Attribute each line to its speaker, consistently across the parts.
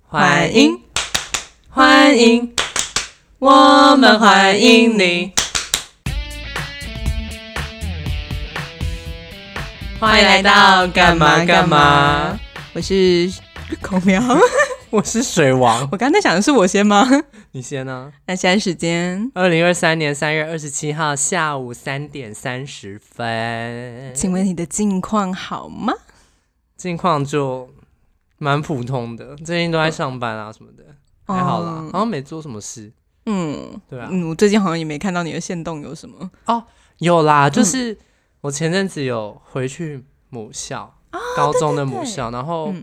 Speaker 1: 欢迎，欢迎，我们欢迎你！欢迎来到干嘛干嘛？
Speaker 2: 我是孔 苗，
Speaker 1: 我是水王，
Speaker 2: 我刚才想的是我先 吗？
Speaker 1: 你先呢、
Speaker 2: 那现在时间，
Speaker 1: 二零二三年三月二十七号下午三点三十分，
Speaker 2: 请问你的近况好吗？
Speaker 1: 近况就蛮普通的，最近都在上班啊什么的，还好啦，
Speaker 2: 哦
Speaker 1: 好像没做什么事。
Speaker 2: 嗯，
Speaker 1: 对啊，
Speaker 2: 嗯，我最近好像也没看到你的线动有什么。
Speaker 1: 有啦，
Speaker 2: 嗯
Speaker 1: 就是我前阵子有回去母校，
Speaker 2: 哦
Speaker 1: 高中的母校，然后
Speaker 2: 嗯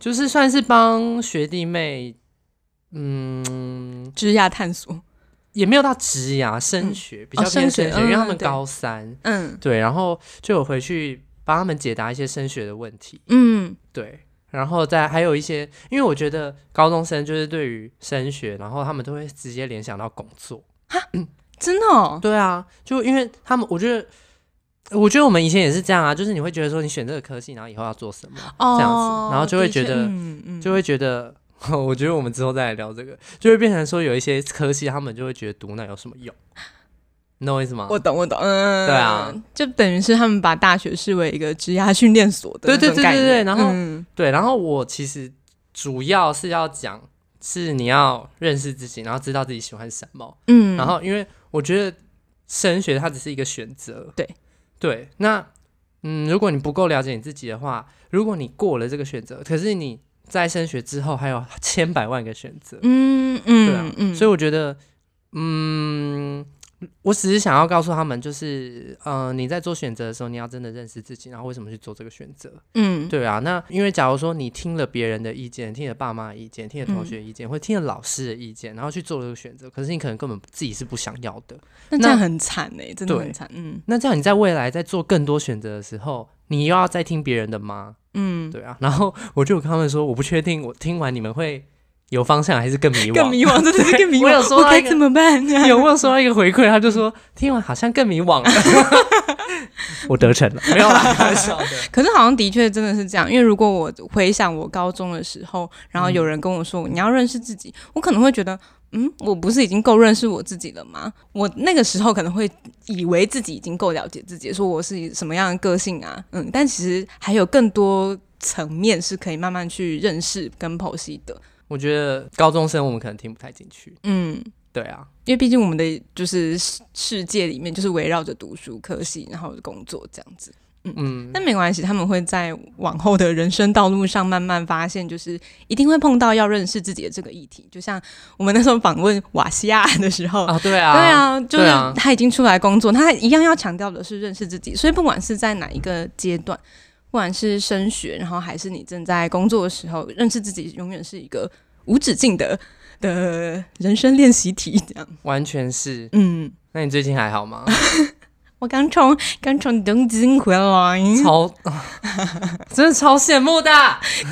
Speaker 1: 就是算是帮学弟妹，嗯，
Speaker 2: 枝桠探索，
Speaker 1: 也没有到职涯升学，比较偏
Speaker 2: 升
Speaker 1: 升
Speaker 2: 学
Speaker 1: 学，因为他
Speaker 2: 嗯
Speaker 1: 们
Speaker 2: 对
Speaker 1: 高三，
Speaker 2: 嗯
Speaker 1: 对，然后就有回去帮他们解答一些升学的问题，
Speaker 2: 嗯，
Speaker 1: 对。然后再还有一些，因为我觉得高中生就是对于升学，然后他们都会直接联想到工作，
Speaker 2: 真的哦，
Speaker 1: 对啊，就因为他们，我觉得，我觉得我们以前也是这样啊，就是你会觉得说你选这个科系，然后以后要做什么，这样子然后就会
Speaker 2: 哦的确
Speaker 1: 觉得
Speaker 2: 嗯嗯，
Speaker 1: 就会觉得， 我觉得我们之后再来聊这个，就会变成说有一些科系，他们就会觉得读那有什么用，你懂我意思吗？
Speaker 2: 我懂我懂，嗯，
Speaker 1: 对啊，
Speaker 2: 就等于是他们把大学视为一个职涯训练所
Speaker 1: 对
Speaker 2: 的
Speaker 1: 对
Speaker 2: 那
Speaker 1: 对
Speaker 2: 种
Speaker 1: 对
Speaker 2: 概念，
Speaker 1: 对然后
Speaker 2: 嗯
Speaker 1: 对，然后我其实主要是要讲，是你要认识自己，然后知道自己喜欢什么，
Speaker 2: 嗯，
Speaker 1: 然后因为我觉得升学它只是一个选择，
Speaker 2: 对
Speaker 1: 对。那嗯，如果你不够了解你自己的话，如果你过了这个选择，可是你在升学之后还有千百万个选择，
Speaker 2: 嗯
Speaker 1: 对啊
Speaker 2: 嗯，嗯，
Speaker 1: 所
Speaker 2: 以
Speaker 1: 以我觉得，嗯，我只是想要告诉他们，就是呃，你在做选择的时候，你要真的认识自己，然后为什么去做这个选择，
Speaker 2: 嗯
Speaker 1: 对啊。那因为假如说你听了别人的意见，听了爸妈的意见，听了同学的意见，或听了老师的意见，然后去做这个选择，可是你可能根本自己是不想要的。那
Speaker 2: 那这样很惨哎，真的
Speaker 1: 对
Speaker 2: 很惨，嗯
Speaker 1: 那这样你在未来在做更多选择的时候，你又要再听别人的吗？
Speaker 2: 嗯，
Speaker 1: 对啊，然后我就有跟他们说，我不确定我听完你们会有方向还是更迷惘。
Speaker 2: 更迷惘，真的是更迷惘，
Speaker 1: 我有说到
Speaker 2: 该
Speaker 1: 一个
Speaker 2: 怎么办 呢？
Speaker 1: 有问说到一个回馈，他就说听完好像更迷惘了。 我得逞了， 没有啦，开玩笑的。
Speaker 2: 可是好像的确真的是这样，因为如果我回想我高中的时候，
Speaker 1: 嗯
Speaker 2: 然后有人跟我说你要认识自己，我可能会觉得，嗯，我不是已经够认识我自己了吗？我那个时候可能会以为自己已经够了解自己，说我是什么样的个性啊，嗯，但其实还有更多层面是可以慢慢去认识跟剖析的，
Speaker 1: 我觉得高中生我们可能听不太进去。
Speaker 2: 嗯。
Speaker 1: 对啊，
Speaker 2: 因为毕竟我们的就是世世界里面就是围绕着读书科系，然后工作这样子。
Speaker 1: 嗯，
Speaker 2: 但没关系，他们会在往后的人生道路上慢慢发现，就是一定会碰到要认识自己的这个议题。就像我们那时候访问瓦西亚的时候，
Speaker 1: 啊，对啊，
Speaker 2: 对，啊，就是
Speaker 1: 对啊
Speaker 2: 他已经出来工作，他一样要强调的是认识自己。所以不管是在哪一个阶段，不管是升学，然后还是你正在工作的时候，认识自己永远是一个无止境的的人生练习题。这样，
Speaker 1: 完全是。
Speaker 2: 嗯。
Speaker 1: 那你最近还好吗？
Speaker 2: 我刚从刚从东京回来，
Speaker 1: 超， 啊真的超羡慕的，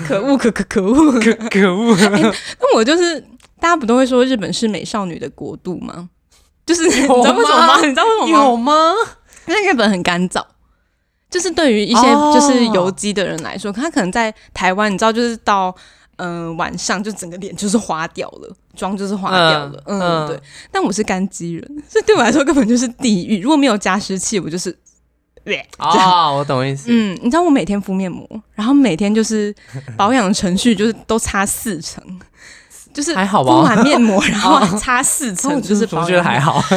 Speaker 2: 可恶可可可恶！哎
Speaker 1: 可可恶。
Speaker 2: 那我就是，大家不都会说日本是美少女的国度吗？就是你知
Speaker 1: 有吗
Speaker 2: 道为什么吗？你知道为什么
Speaker 1: 有
Speaker 2: 吗？
Speaker 1: 吗？
Speaker 2: 因为日本很干燥，就是对于一些
Speaker 1: 哦
Speaker 2: 就是游击的人来说，他可能在台湾，你知道，就是到嗯、呃晚上就整个脸就是花掉了，妆就是花掉了，
Speaker 1: 嗯
Speaker 2: 嗯，
Speaker 1: 嗯
Speaker 2: 对。但我是干肌人，所以对我来说根本就是地狱。如果没有加湿器，我就是，呃这样
Speaker 1: 啊，我懂意思。
Speaker 2: 嗯，你知道我每天敷面膜，然后每 天就是保养程序就是都擦四层，就是
Speaker 1: 还好吧
Speaker 2: 敷完面膜，然
Speaker 1: 哦
Speaker 2: 后擦四层，
Speaker 1: 就
Speaker 2: 就是是
Speaker 1: 不觉得还
Speaker 2: 好。
Speaker 1: 好，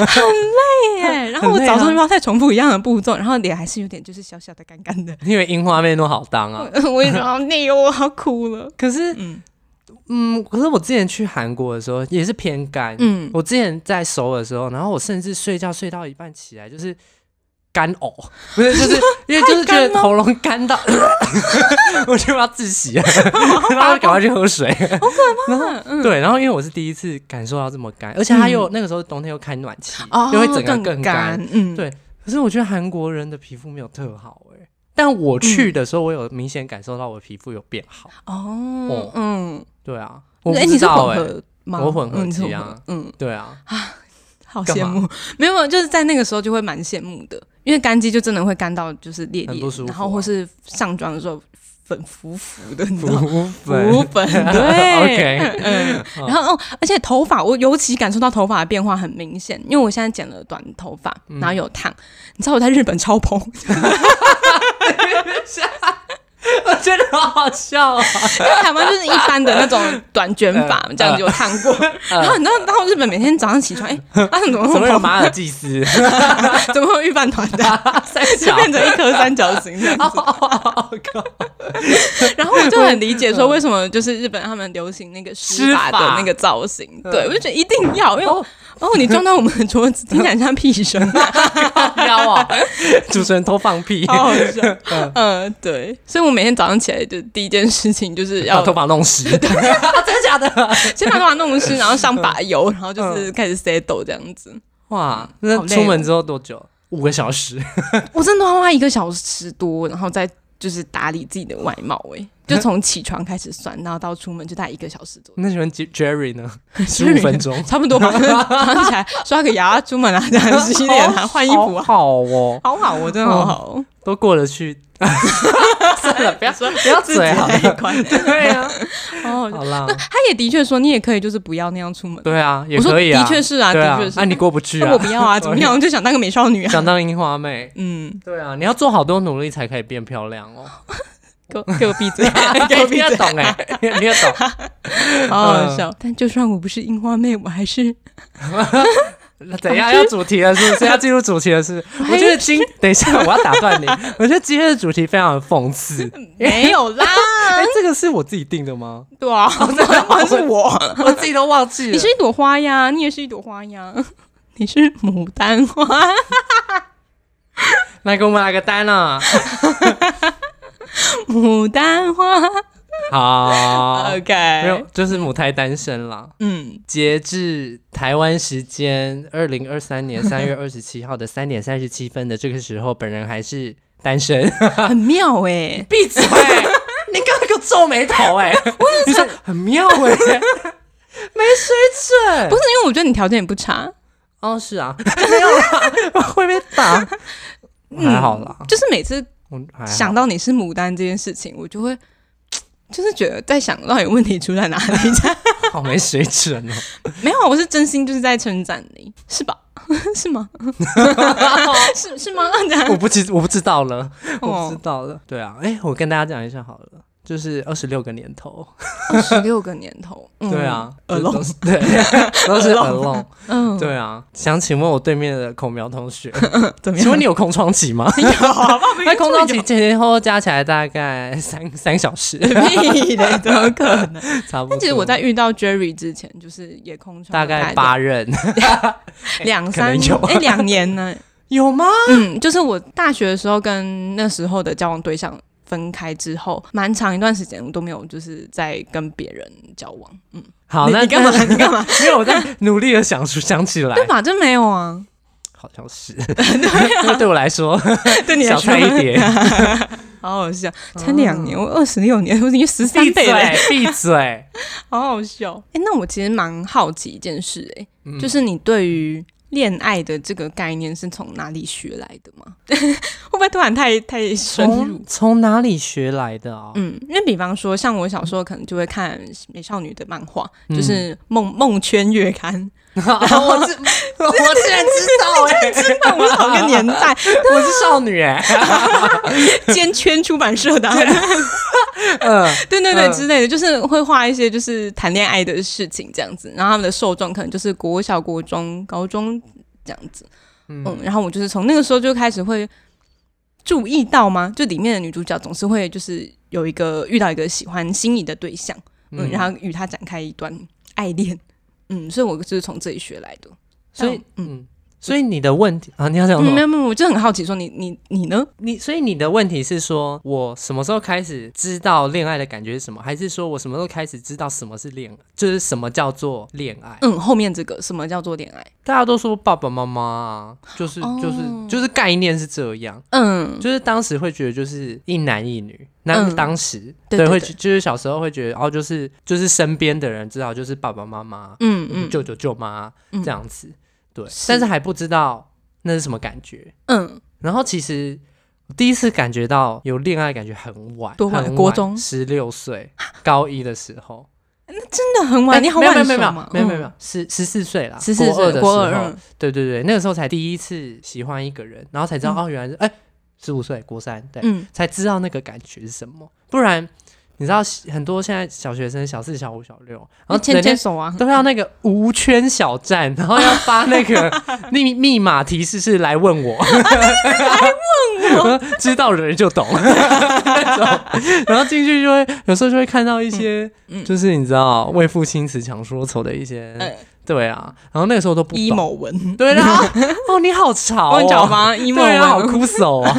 Speaker 2: 对，然后我
Speaker 1: 很累啊
Speaker 2: 早上又要再重复一样的步骤，然后脸还是有点就是小小的干干 的。
Speaker 1: 因为樱花妹都好当啊。
Speaker 2: 我也觉得好累哦，我要哭了。
Speaker 1: 可是，
Speaker 2: 嗯
Speaker 1: 嗯，可是我之前去韩国的时候也是偏干，
Speaker 2: 嗯，
Speaker 1: 我之前在首尔的时候，然后我甚至睡觉睡到一半起来就是干呕，不是，就是 因为就是觉
Speaker 2: 太干
Speaker 1: 得
Speaker 2: 吗
Speaker 1: 喉咙干到， 我就要窒息了，然后赶快去喝水。
Speaker 2: 嗯
Speaker 1: 对，然后因为我是第一次感受到这么干，而且它又、那个时候冬天又开暖气，
Speaker 2: 哦，
Speaker 1: 就会整个
Speaker 2: 更
Speaker 1: 干。。
Speaker 2: 嗯，
Speaker 1: 对可是我觉得韩国人的皮肤没有特好哎、但
Speaker 2: 嗯
Speaker 1: 我去的时候，我有明显感受到我皮肤有变好。
Speaker 2: 哦，嗯，
Speaker 1: 对啊，我不
Speaker 2: 哎，你
Speaker 1: 知
Speaker 2: 是
Speaker 1: 道
Speaker 2: 混
Speaker 1: 哎、
Speaker 2: 合吗？
Speaker 1: 我混合
Speaker 2: 嗯你是
Speaker 1: 肌啊
Speaker 2: 混合嗯。
Speaker 1: 对啊，
Speaker 2: 好
Speaker 1: 干
Speaker 2: 羡
Speaker 1: 嘛
Speaker 2: 慕，没有没有，就是在那个时候就会蛮羡慕的，因为干肌就真的会干到就是裂
Speaker 1: 很
Speaker 2: 裂，
Speaker 1: 不舒服啊
Speaker 2: 然后或是上妆的时候粉浮浮的，你知道吗？
Speaker 1: 浮
Speaker 2: 浮
Speaker 1: 粉，
Speaker 2: 粉， 对
Speaker 1: OK
Speaker 2: 嗯，然后哦，而且头发我尤其感受到头发的变化很明显，因为我现在剪了短头发，
Speaker 1: 嗯
Speaker 2: 然后有烫，你知道我在日本超蓬，
Speaker 1: 我觉得好好笑啊！
Speaker 2: 因为台湾就是一般的那种短卷发
Speaker 1: 嗯
Speaker 2: 这样子有烫过，然后你知道到日本每天早上起床，哎，啊怎么
Speaker 1: 怎么
Speaker 2: 会
Speaker 1: 有
Speaker 2: 有
Speaker 1: 马尔济斯？
Speaker 2: 怎么会有预饭团的？
Speaker 1: 三
Speaker 2: 就
Speaker 1: 小，
Speaker 2: 变成一颗三角形这样子，
Speaker 1: 我靠！
Speaker 2: 然后我就很理解说为什么就是日本他们流行那个
Speaker 1: 施
Speaker 2: 嗯施法的
Speaker 1: 法
Speaker 2: 那个造型，
Speaker 1: 嗯
Speaker 2: 对我就觉得一定要，因为
Speaker 1: 哦
Speaker 2: 哦你撞到我们的桌子，听起来像屁声，
Speaker 1: 腰啊！主持人偷放屁，
Speaker 2: 好好笑。 嗯，对，所以我每天早上起来的第一件事情就是
Speaker 1: 把
Speaker 2: 要
Speaker 1: 头发弄湿，真的假的？
Speaker 2: 先把头发弄湿，然后上把油，然后就是开始 settle 这样子。
Speaker 1: 哇，那
Speaker 2: 好累哦
Speaker 1: 出门之后多久？五个小时，
Speaker 2: 我真的要花一个小时多，然后再就是打理自己的外貌、欸， 就从起床开始算，然后到出门就大概一个小时左右。，
Speaker 1: 那喜欢 Jerry 呢？十五分钟
Speaker 2: 差不多吧， 早上起来刷个牙，出门啊，这 样洗脸啊，换衣服啊，
Speaker 1: 好哦，
Speaker 2: 好好，我真的好好哦，
Speaker 1: 都过了去。算了，不要不要
Speaker 2: 自己
Speaker 1: 嘴好
Speaker 2: 那一
Speaker 1: 了。
Speaker 2: 块，
Speaker 1: 对啊，
Speaker 2: 好好笑。
Speaker 1: 好啦，
Speaker 2: 哦他也的确说，你也可以就是不要那样出门。
Speaker 1: 对啊，也
Speaker 2: 我说
Speaker 1: 可以啊，
Speaker 2: 的确是啊，
Speaker 1: 对
Speaker 2: 的
Speaker 1: 啊
Speaker 2: 确，是
Speaker 1: 那。你过不去
Speaker 2: 那
Speaker 1: 啊，
Speaker 2: 我不要啊，怎么样？我就想当个美少 女啊。
Speaker 1: 想当樱花妹。
Speaker 2: 嗯，
Speaker 1: 对啊，你要做好多努力才可以变漂亮哦。，
Speaker 2: 给我给我闭嘴 给我
Speaker 1: 你
Speaker 2: 闭
Speaker 1: 要
Speaker 2: 嘴，
Speaker 1: 懂 哎， 你你要懂，
Speaker 2: 好好
Speaker 1: 嗯
Speaker 2: 笑。但就算我不是樱花妹，我 还是
Speaker 1: 那怎样要主题了？是不 是要进入主题了？是不是？我觉得 今等一下我要打断你，我觉得今天的主题非常的讽刺。
Speaker 2: 没有啦。
Speaker 1: 哎，这个是我自己定的吗？
Speaker 2: 对啊，那是 我，
Speaker 1: 我自己都忘记了。
Speaker 2: 你是一朵花呀，你也是一朵花呀， 你是牡丹花。
Speaker 1: 来给我们来个单 啊！
Speaker 2: 牡丹花。
Speaker 1: 好，
Speaker 2: OK，
Speaker 1: 没有，就是母胎单身啦。
Speaker 2: 嗯，
Speaker 1: 截至台湾时间二零二三 年三月二十七号的三点三十七分的这个时候，本人还是单 身。
Speaker 2: 很妙哎、
Speaker 1: 闭嘴！你刚刚给我皱眉头 哎、你说很妙哎、 没水准。
Speaker 2: 不是因为我觉得你条件也不差，
Speaker 1: 哦，是啊， 没有啦， 嗯会被打。还好啦，
Speaker 2: 嗯就是每次
Speaker 1: 我还好
Speaker 2: 想到你是牡丹这件事情，我就会就是觉得在想到底问题出在 哪里。
Speaker 1: 好没水准哦。
Speaker 2: 没有，我是真心就是在称赞你，是吧？ 是吗？是是吗？这样
Speaker 1: 我不知我不知道了，我不知
Speaker 2: 哦，
Speaker 1: 道了。对啊，哎、我跟大家讲一下好了。就是二十六个年头，
Speaker 2: 二十六个年头，嗯
Speaker 1: 对，啊，
Speaker 2: 嗯
Speaker 1: 就都是 对，都是 alone，
Speaker 2: 嗯，
Speaker 1: 对啊。想请问我对面的孔苗同 学，
Speaker 2: 怎么样？
Speaker 1: 请问你有空窗期吗？
Speaker 2: 有好不好？
Speaker 1: 那空窗期前前后后加起来大概三 三小 时，
Speaker 2: 屁嘞，怎么可能？
Speaker 1: 差不多。
Speaker 2: 但其实我在遇到 Jerry 之前，就是也空窗
Speaker 1: 大
Speaker 2: 了
Speaker 1: 概八任，
Speaker 2: 两
Speaker 1: 可能
Speaker 2: 三
Speaker 1: 有
Speaker 2: 哎两 年呢，
Speaker 1: 有吗？
Speaker 2: 嗯，就是我大学的时候跟那时候的交往对象分开之后，蛮长一段时间我都没有就是在跟别人交往。
Speaker 1: 好，
Speaker 2: 你
Speaker 1: 那
Speaker 2: 你干嘛？你干嘛？
Speaker 1: 没有，我在努力的想出想起来
Speaker 2: 对，吧？真没有啊，
Speaker 1: 好像是。 对，对我来说
Speaker 2: 对 你来
Speaker 1: 小
Speaker 2: 说
Speaker 1: 菜一，碟。
Speaker 2: 好好笑，哦才两年，我二十六年，我已经十三
Speaker 1: 闭
Speaker 2: 倍
Speaker 1: 嘴
Speaker 2: 了，，
Speaker 1: 闭嘴。
Speaker 2: 好好笑。哎、那我其实蛮好奇一件事、哎、就是你对于。恋爱的这个概念是从哪里学来的吗？ 会不会突然太太深入？
Speaker 1: 从从哪里学来的 啊？
Speaker 2: 嗯，因为比方说，像我小时候可能就会看美少女的漫画，就是《梦梦圈月刊
Speaker 1: 然后我是 我竟然知道哎，》，
Speaker 2: 那哦 我是同一个年 代，
Speaker 1: 我是少女哎。
Speaker 2: 兼圈出版社的啊、
Speaker 1: 嗯，
Speaker 2: 对对对
Speaker 1: 嗯
Speaker 2: 之类的，就是会画一些就是谈恋爱的事情这样子，然后他们的受众可能就是国小、国中、高中这样子，嗯然后我就是从那个时候就开始会注意到吗？就里面的女主角总是会就是有一个遇到一个喜欢心仪的对象，
Speaker 1: 嗯
Speaker 2: 嗯，然后与他展开一段爱恋，嗯，所以我就是从这里学来的，
Speaker 1: 所以
Speaker 2: 嗯。
Speaker 1: 嗯，所以你的问题啊，你要讲什
Speaker 2: 嗯，没
Speaker 1: 么？
Speaker 2: 有没有，我就很好奇，说你你你呢？
Speaker 1: 你所以你的问题是说我什么时候开始知道恋爱的感觉是什么，还是说我什么时候开始知道什么是恋，就是什么叫做恋爱？
Speaker 2: 嗯，后面这个什么叫做恋爱？
Speaker 1: 大家都说爸爸妈妈啊，就是、就是就是概念是这样，
Speaker 2: 哦嗯，
Speaker 1: 就是当时会觉得就是一男一女，那、
Speaker 2: 嗯
Speaker 1: 当时
Speaker 2: 对对
Speaker 1: 会
Speaker 2: 对
Speaker 1: 就是小时候会觉得哦，就是就是身边的人知道就是爸爸妈妈、
Speaker 2: 嗯嗯，
Speaker 1: 舅舅舅妈
Speaker 2: 嗯
Speaker 1: 这样子，对，
Speaker 2: 是
Speaker 1: 但是还不知道那是什么感觉。
Speaker 2: 嗯
Speaker 1: 然后其实第一次感觉到有恋爱感觉很晚，
Speaker 2: 多晚
Speaker 1: 很晚
Speaker 2: 国中
Speaker 1: 十六岁，高一的时候。
Speaker 2: 真的很晚，
Speaker 1: 但
Speaker 2: 你好
Speaker 1: 哎没有没有
Speaker 2: 晚
Speaker 1: 没有
Speaker 2: 熟嘛
Speaker 1: 没有没有
Speaker 2: 嗯
Speaker 1: 没有十十四岁啦，
Speaker 2: 十四
Speaker 1: 国二的
Speaker 2: 岁，
Speaker 1: 时
Speaker 2: 国
Speaker 1: 候，
Speaker 2: 二，嗯
Speaker 1: 对对对，那个时候才第一次喜欢一个人，然后才知道、
Speaker 2: 嗯
Speaker 1: 哦，原来是哎十五岁国三，对，
Speaker 2: 嗯，
Speaker 1: 才知道那个感觉是什么。不然你知道很多现在小学生小四、小五、小六，然后
Speaker 2: 你牵
Speaker 1: 人家
Speaker 2: 牵手啊，
Speaker 1: 都要那个无圈小 站，然后要发那 个密密码提示是来问我，来问我， 知道的人就 懂，那种然后进去就会有时候就会看到一些，
Speaker 2: 嗯嗯
Speaker 1: 就是你知道为赋新词强说愁的一些，
Speaker 2: 嗯
Speaker 1: 对啊，然后那个时候都不
Speaker 2: 一
Speaker 1: 懂，
Speaker 2: 某文，
Speaker 1: 对啦， 哦你好潮、哦，
Speaker 2: 问脚吗？一某
Speaker 1: 对啊，好
Speaker 2: 文，
Speaker 1: 枯手 哦，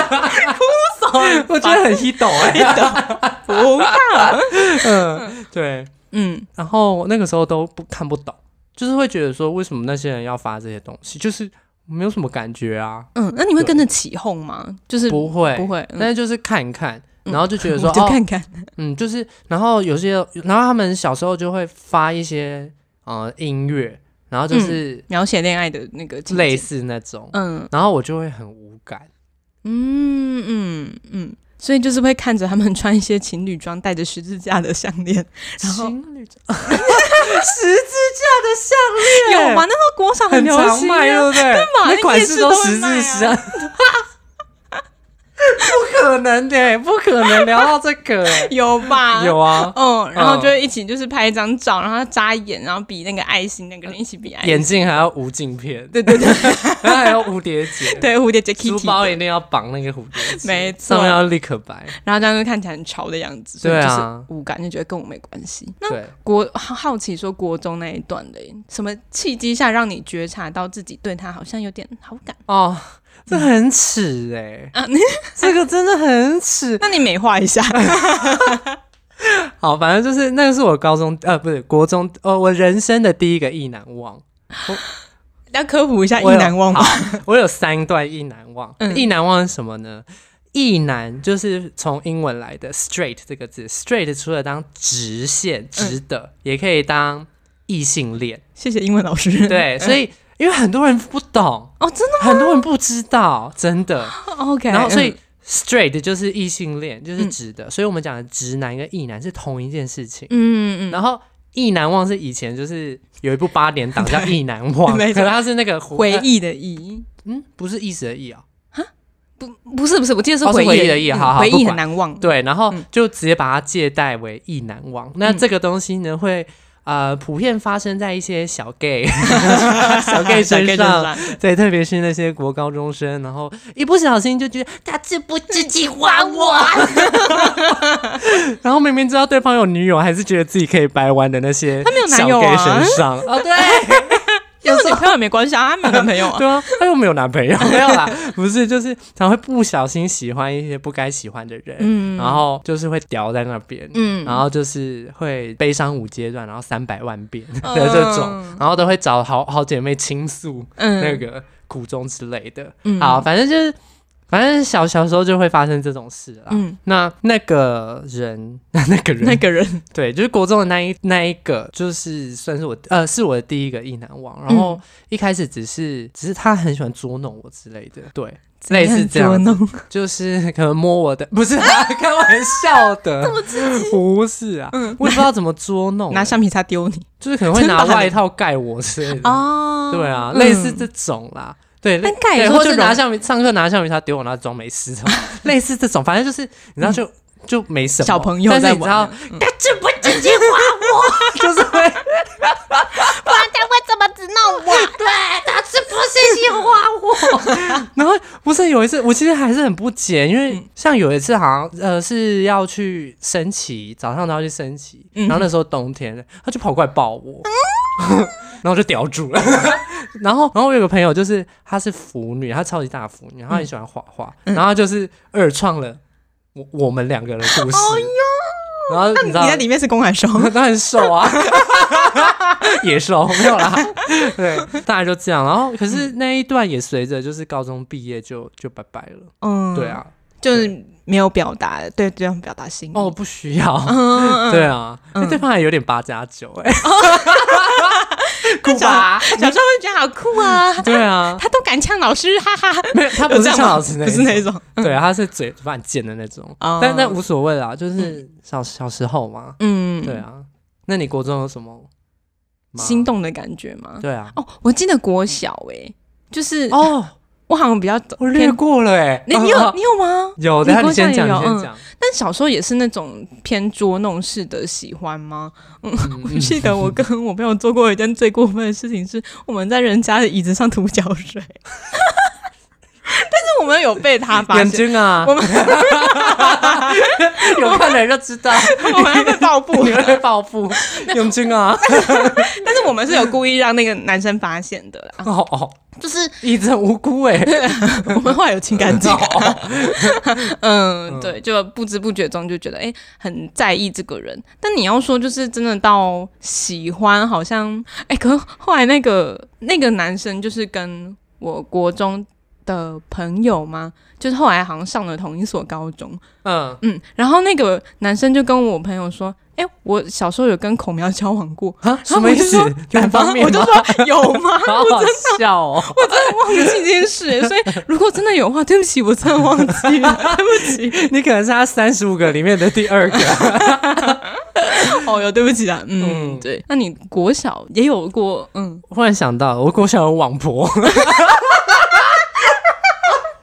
Speaker 1: 我觉得很 h i t 哎、
Speaker 2: 不怕，
Speaker 1: 嗯，对。
Speaker 2: 嗯，
Speaker 1: 然后那个时候都不看不懂，就是会觉得说，为什么那些人要发这些东西，就是没有什么感觉啊，
Speaker 2: 嗯，那你会跟着起哄吗？就是
Speaker 1: 不会，
Speaker 2: 不会，
Speaker 1: 但
Speaker 2: 嗯
Speaker 1: 是就是看一看，然后就觉得说，
Speaker 2: 我就
Speaker 1: 哦，
Speaker 2: 看看，
Speaker 1: 嗯，就是，然后有些，然后他们小时候就会发一些呃音乐，然后就是
Speaker 2: 描写恋爱的那个情
Speaker 1: 类
Speaker 2: 景，
Speaker 1: 似那种，
Speaker 2: 嗯
Speaker 1: 然后我就会很无感，
Speaker 2: 嗯嗯嗯，所以就是会看着他们穿一些情侣装，戴着十字架的项链，然后
Speaker 1: 情侣十 字架的项 链
Speaker 2: 有吗？？那时候国小
Speaker 1: 很
Speaker 2: 流
Speaker 1: 常
Speaker 2: 行
Speaker 1: 卖，
Speaker 2: 啊
Speaker 1: 对，不对？
Speaker 2: 嘛
Speaker 1: 那款
Speaker 2: 夜
Speaker 1: 式
Speaker 2: 市
Speaker 1: 都
Speaker 2: 都会
Speaker 1: 十字
Speaker 2: 卖
Speaker 1: 十
Speaker 2: 啊
Speaker 1: 啊， 不可能的，不可能聊到这 个，欸
Speaker 2: 有吧？
Speaker 1: 有。啊，
Speaker 2: 嗯，然后
Speaker 1: 嗯
Speaker 2: 就会一起就是拍一张照，然后眨眼，然后比那个爱心，那个人一起比爱心
Speaker 1: 眼。镜还要无镜片，
Speaker 2: 哎对对对
Speaker 1: 然 后还要蝴蝶结，，
Speaker 2: 对，蝴蝶结 Kitty，
Speaker 1: 书
Speaker 2: 的
Speaker 1: 包一定要绑那个蝴蝶结，
Speaker 2: 没错
Speaker 1: 上面要立可白，
Speaker 2: 然后这样就看起来很潮的样子，所
Speaker 1: 啊对
Speaker 2: 以就是
Speaker 1: 啊
Speaker 2: 无感，就觉得跟我没关系。那
Speaker 1: 对。
Speaker 2: 国好好奇说国中那一段的什么契机下让你觉察到自己对他好像有点好感
Speaker 1: 哦，这很耻哎、
Speaker 2: 啊？你 。
Speaker 1: 这个真的很耻
Speaker 2: 那你美化 一下，
Speaker 1: 好，反正就是那个是我高中呃，不是国中呃，我人生的第一个意难忘。
Speaker 2: 要科普一下意
Speaker 1: 我有
Speaker 2: 难忘吗？
Speaker 1: 我有三段意难忘，
Speaker 2: 嗯
Speaker 1: 意难忘是什么呢？意难就是从英文来的 straight 这个字，straight 除了当直线
Speaker 2: 嗯
Speaker 1: 直的，也可以当异性恋。
Speaker 2: 谢谢英文老师。嗯
Speaker 1: 对，所以因为很多人不懂，
Speaker 2: 哦，真的
Speaker 1: 很多人不知道，真的。
Speaker 2: OK。
Speaker 1: 然后所以
Speaker 2: 嗯
Speaker 1: straight 就是异性恋，就是
Speaker 2: 嗯
Speaker 1: 直的。所以我们讲的直男跟意男是同一件事情。
Speaker 2: 嗯嗯》，
Speaker 1: 然后意难忘是以前就是有一部八点档叫《意难忘
Speaker 2: 没
Speaker 1: 可
Speaker 2: 错
Speaker 1: 是它是那个
Speaker 2: 嗯，
Speaker 1: 胡呃
Speaker 2: 回，忆的忆。
Speaker 1: 嗯，不是意思的意啊。
Speaker 2: 不，不是不是，我记得是
Speaker 1: 哦是
Speaker 2: 忆
Speaker 1: 回忆的忆
Speaker 2: 嗯
Speaker 1: 好好
Speaker 2: 回
Speaker 1: 不
Speaker 2: 忆很
Speaker 1: 管
Speaker 2: 难忘。
Speaker 1: 对，然后
Speaker 2: 嗯
Speaker 1: 就直接把它借代为意难忘。那这个东西呢，会呃普遍发生在一些小 gay 小 gay
Speaker 2: 小 gay
Speaker 1: 身
Speaker 2: 身
Speaker 1: 上，
Speaker 2: 上
Speaker 1: 对，特别是那些国高中生，然后一不小心就觉得他自不自己还 我，然后明明知道对方有女友，还是觉得自己可以掰弯的那些
Speaker 2: 他没有男
Speaker 1: 小
Speaker 2: 友
Speaker 1: gay
Speaker 2: 啊
Speaker 1: 身上，哦，对。
Speaker 2: 要是女朋友也没关系啊，他没有男朋友 啊。
Speaker 1: 对啊，他又没有男朋友，没有啦，不是，就是常会不小心喜欢一些不该喜欢的人，
Speaker 2: 嗯
Speaker 1: 然后就是会屌在那边，
Speaker 2: 嗯
Speaker 1: 然后就是会悲伤五阶段，然后三百万遍
Speaker 2: 嗯
Speaker 1: 的 这种，然后都会找好好姐妹倾诉
Speaker 2: 嗯
Speaker 1: 那个苦衷之类的，
Speaker 2: 嗯
Speaker 1: 好，反正就是，反正小小时候就会发生这种事啦。
Speaker 2: 嗯
Speaker 1: 那那个人， 那个人，
Speaker 2: 那个人，
Speaker 1: 对，就是国中的那一那一个，就是算是我呃是我的第一个意难忘。然
Speaker 2: 嗯
Speaker 1: 后一开始只是只是他很喜欢捉弄我之类的，对，类似这样，
Speaker 2: 弄，
Speaker 1: 就是可能摸我的，不是啊 开玩笑的，不是啊，我也不知道怎么捉弄、
Speaker 2: 嗯
Speaker 1: 欸
Speaker 2: 拿橡皮擦丢你
Speaker 1: 就是可能会拿
Speaker 2: 真的
Speaker 1: 外套盖我之类的，
Speaker 2: 哦
Speaker 1: 对啊，
Speaker 2: 嗯
Speaker 1: 类似这种啦。对，类
Speaker 2: 但盖
Speaker 1: 对
Speaker 2: 以后
Speaker 1: 或
Speaker 2: 就是
Speaker 1: 拿
Speaker 2: 容
Speaker 1: 橡皮，上课拿橡皮擦丢我，然后装没事这种， 类似这种，反正就是你知道就、就没什么
Speaker 2: 嗯小朋友
Speaker 1: 但是
Speaker 2: 在
Speaker 1: 你知道
Speaker 2: 玩，，嗯
Speaker 3: 他这不直接划我，
Speaker 1: 就是会
Speaker 3: 不然他会怎么只弄我？ 对，他是不是喜欢我？
Speaker 1: 然后不是有一次，我其实还是很不解，因
Speaker 2: 嗯
Speaker 1: 为像有一次好像呃是要去升旗，早上都要去升旗，
Speaker 2: 嗯
Speaker 1: 然后那时候冬天，他就跑过来抱我， 然后我就叼住了。 然后，然后我有个朋友，就是她是腐女，她超级大腐女，她很喜欢画画，
Speaker 2: 嗯
Speaker 1: 然后她就是二创了我我们两个人的故事。然后你知道
Speaker 2: 哎你在里面是公 海兽，
Speaker 1: 当然瘦 啊，野兽没有啦。 对，大概就这样。然后，可是那一段也随着就是高中毕业就就拜拜了。
Speaker 2: 嗯，
Speaker 1: 对，啊，
Speaker 2: 就是没有表达对对方表达心意
Speaker 1: 哦，，不需要。
Speaker 2: 嗯，嗯
Speaker 1: 哎对啊，那对方还有点八加九哎，酷吧？
Speaker 2: 小时候会觉得好酷啊，
Speaker 1: 对啊，
Speaker 2: 他都敢呛老师，哈哈。
Speaker 1: 没有，他不
Speaker 2: 有
Speaker 1: 是
Speaker 2: 这样
Speaker 1: 像
Speaker 2: 吗
Speaker 1: 老师那
Speaker 2: 不是那种，
Speaker 1: 种，嗯对，啊他是嘴巴很贱的那种，
Speaker 2: 哦
Speaker 1: 但那无所谓啦，就是小小时候嘛，
Speaker 2: 嗯，
Speaker 1: 对，啊。那你国中有什么吗
Speaker 2: 心？动的感觉吗？
Speaker 1: 对啊，
Speaker 2: 哦，我记得国小诶、就是
Speaker 1: 哦，
Speaker 2: 我好像比较
Speaker 1: 我略
Speaker 2: 偏
Speaker 1: 过了哎，
Speaker 2: 你你有你有吗？
Speaker 1: 有，
Speaker 2: 你
Speaker 1: 等一下你
Speaker 2: 国小
Speaker 1: 先
Speaker 2: 也
Speaker 1: 讲，
Speaker 2: 有
Speaker 1: 你先
Speaker 2: 嗯
Speaker 1: 讲。
Speaker 2: 但小时候也是那种偏捉弄式的喜欢吗？嗯，我记得我跟我朋友做过一件最过分的事情，是我们在人家的椅子上涂脚水， 但是我们有被他发
Speaker 1: 眼
Speaker 2: 现，
Speaker 1: 睛啊，
Speaker 2: 我们
Speaker 1: 有看的人就知 道，
Speaker 2: 我们要被报复
Speaker 1: 你。会报 复。眼睛啊，
Speaker 2: 但是我们是有故意让那个男生发现的啦，
Speaker 1: 哦哦，
Speaker 2: 就是
Speaker 1: 一直很无辜 哦哎，
Speaker 2: 我们后来有情感交流。嗯
Speaker 1: 嗯，
Speaker 2: 对，就不知不觉中就觉得哎、诶很在意这个人。但你要说就是真的到喜欢，好像哎、诶可后来那个那个男生就是跟我国中的朋友嘛，就是后来好像上了同一所高中，
Speaker 1: 嗯，
Speaker 2: 嗯，然后那个男生就跟我朋友说，哎、我小时候有跟孔苗交往过。
Speaker 1: 啊，什
Speaker 2: 然后
Speaker 1: 么
Speaker 2: 我
Speaker 1: 意
Speaker 2: 就
Speaker 1: 思
Speaker 2: 说？
Speaker 1: 哪
Speaker 2: 然后
Speaker 1: 方面
Speaker 2: 我就
Speaker 1: 吗？
Speaker 2: 说有吗？
Speaker 1: 好好笑哦，
Speaker 2: 我真的忘记这件事，所以如果真的有的话，对不起，我真的忘 记了，对不起，
Speaker 1: 你可能是他三十五个里面的第二个。
Speaker 2: 哦哟，对不起啊，嗯，
Speaker 1: 嗯
Speaker 2: 对。那你国小也有过， 嗯，
Speaker 1: 忽然想到，我国小有网婆， 是不是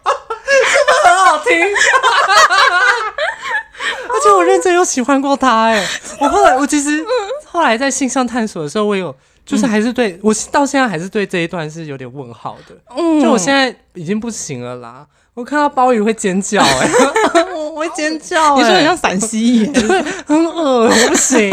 Speaker 1: 很好听？ 而且我认真有喜欢过她哎、我后来我其实后来在性上探索的时候，我有就是还是对我到现在还是对这一段是有点问号的，
Speaker 2: 嗯
Speaker 1: 就我现在已经不行了啦。我看到鲍鱼会尖叫 哎、我我会尖叫哎、
Speaker 2: 你说很像陕西 人，
Speaker 1: 对，很恶，我不行。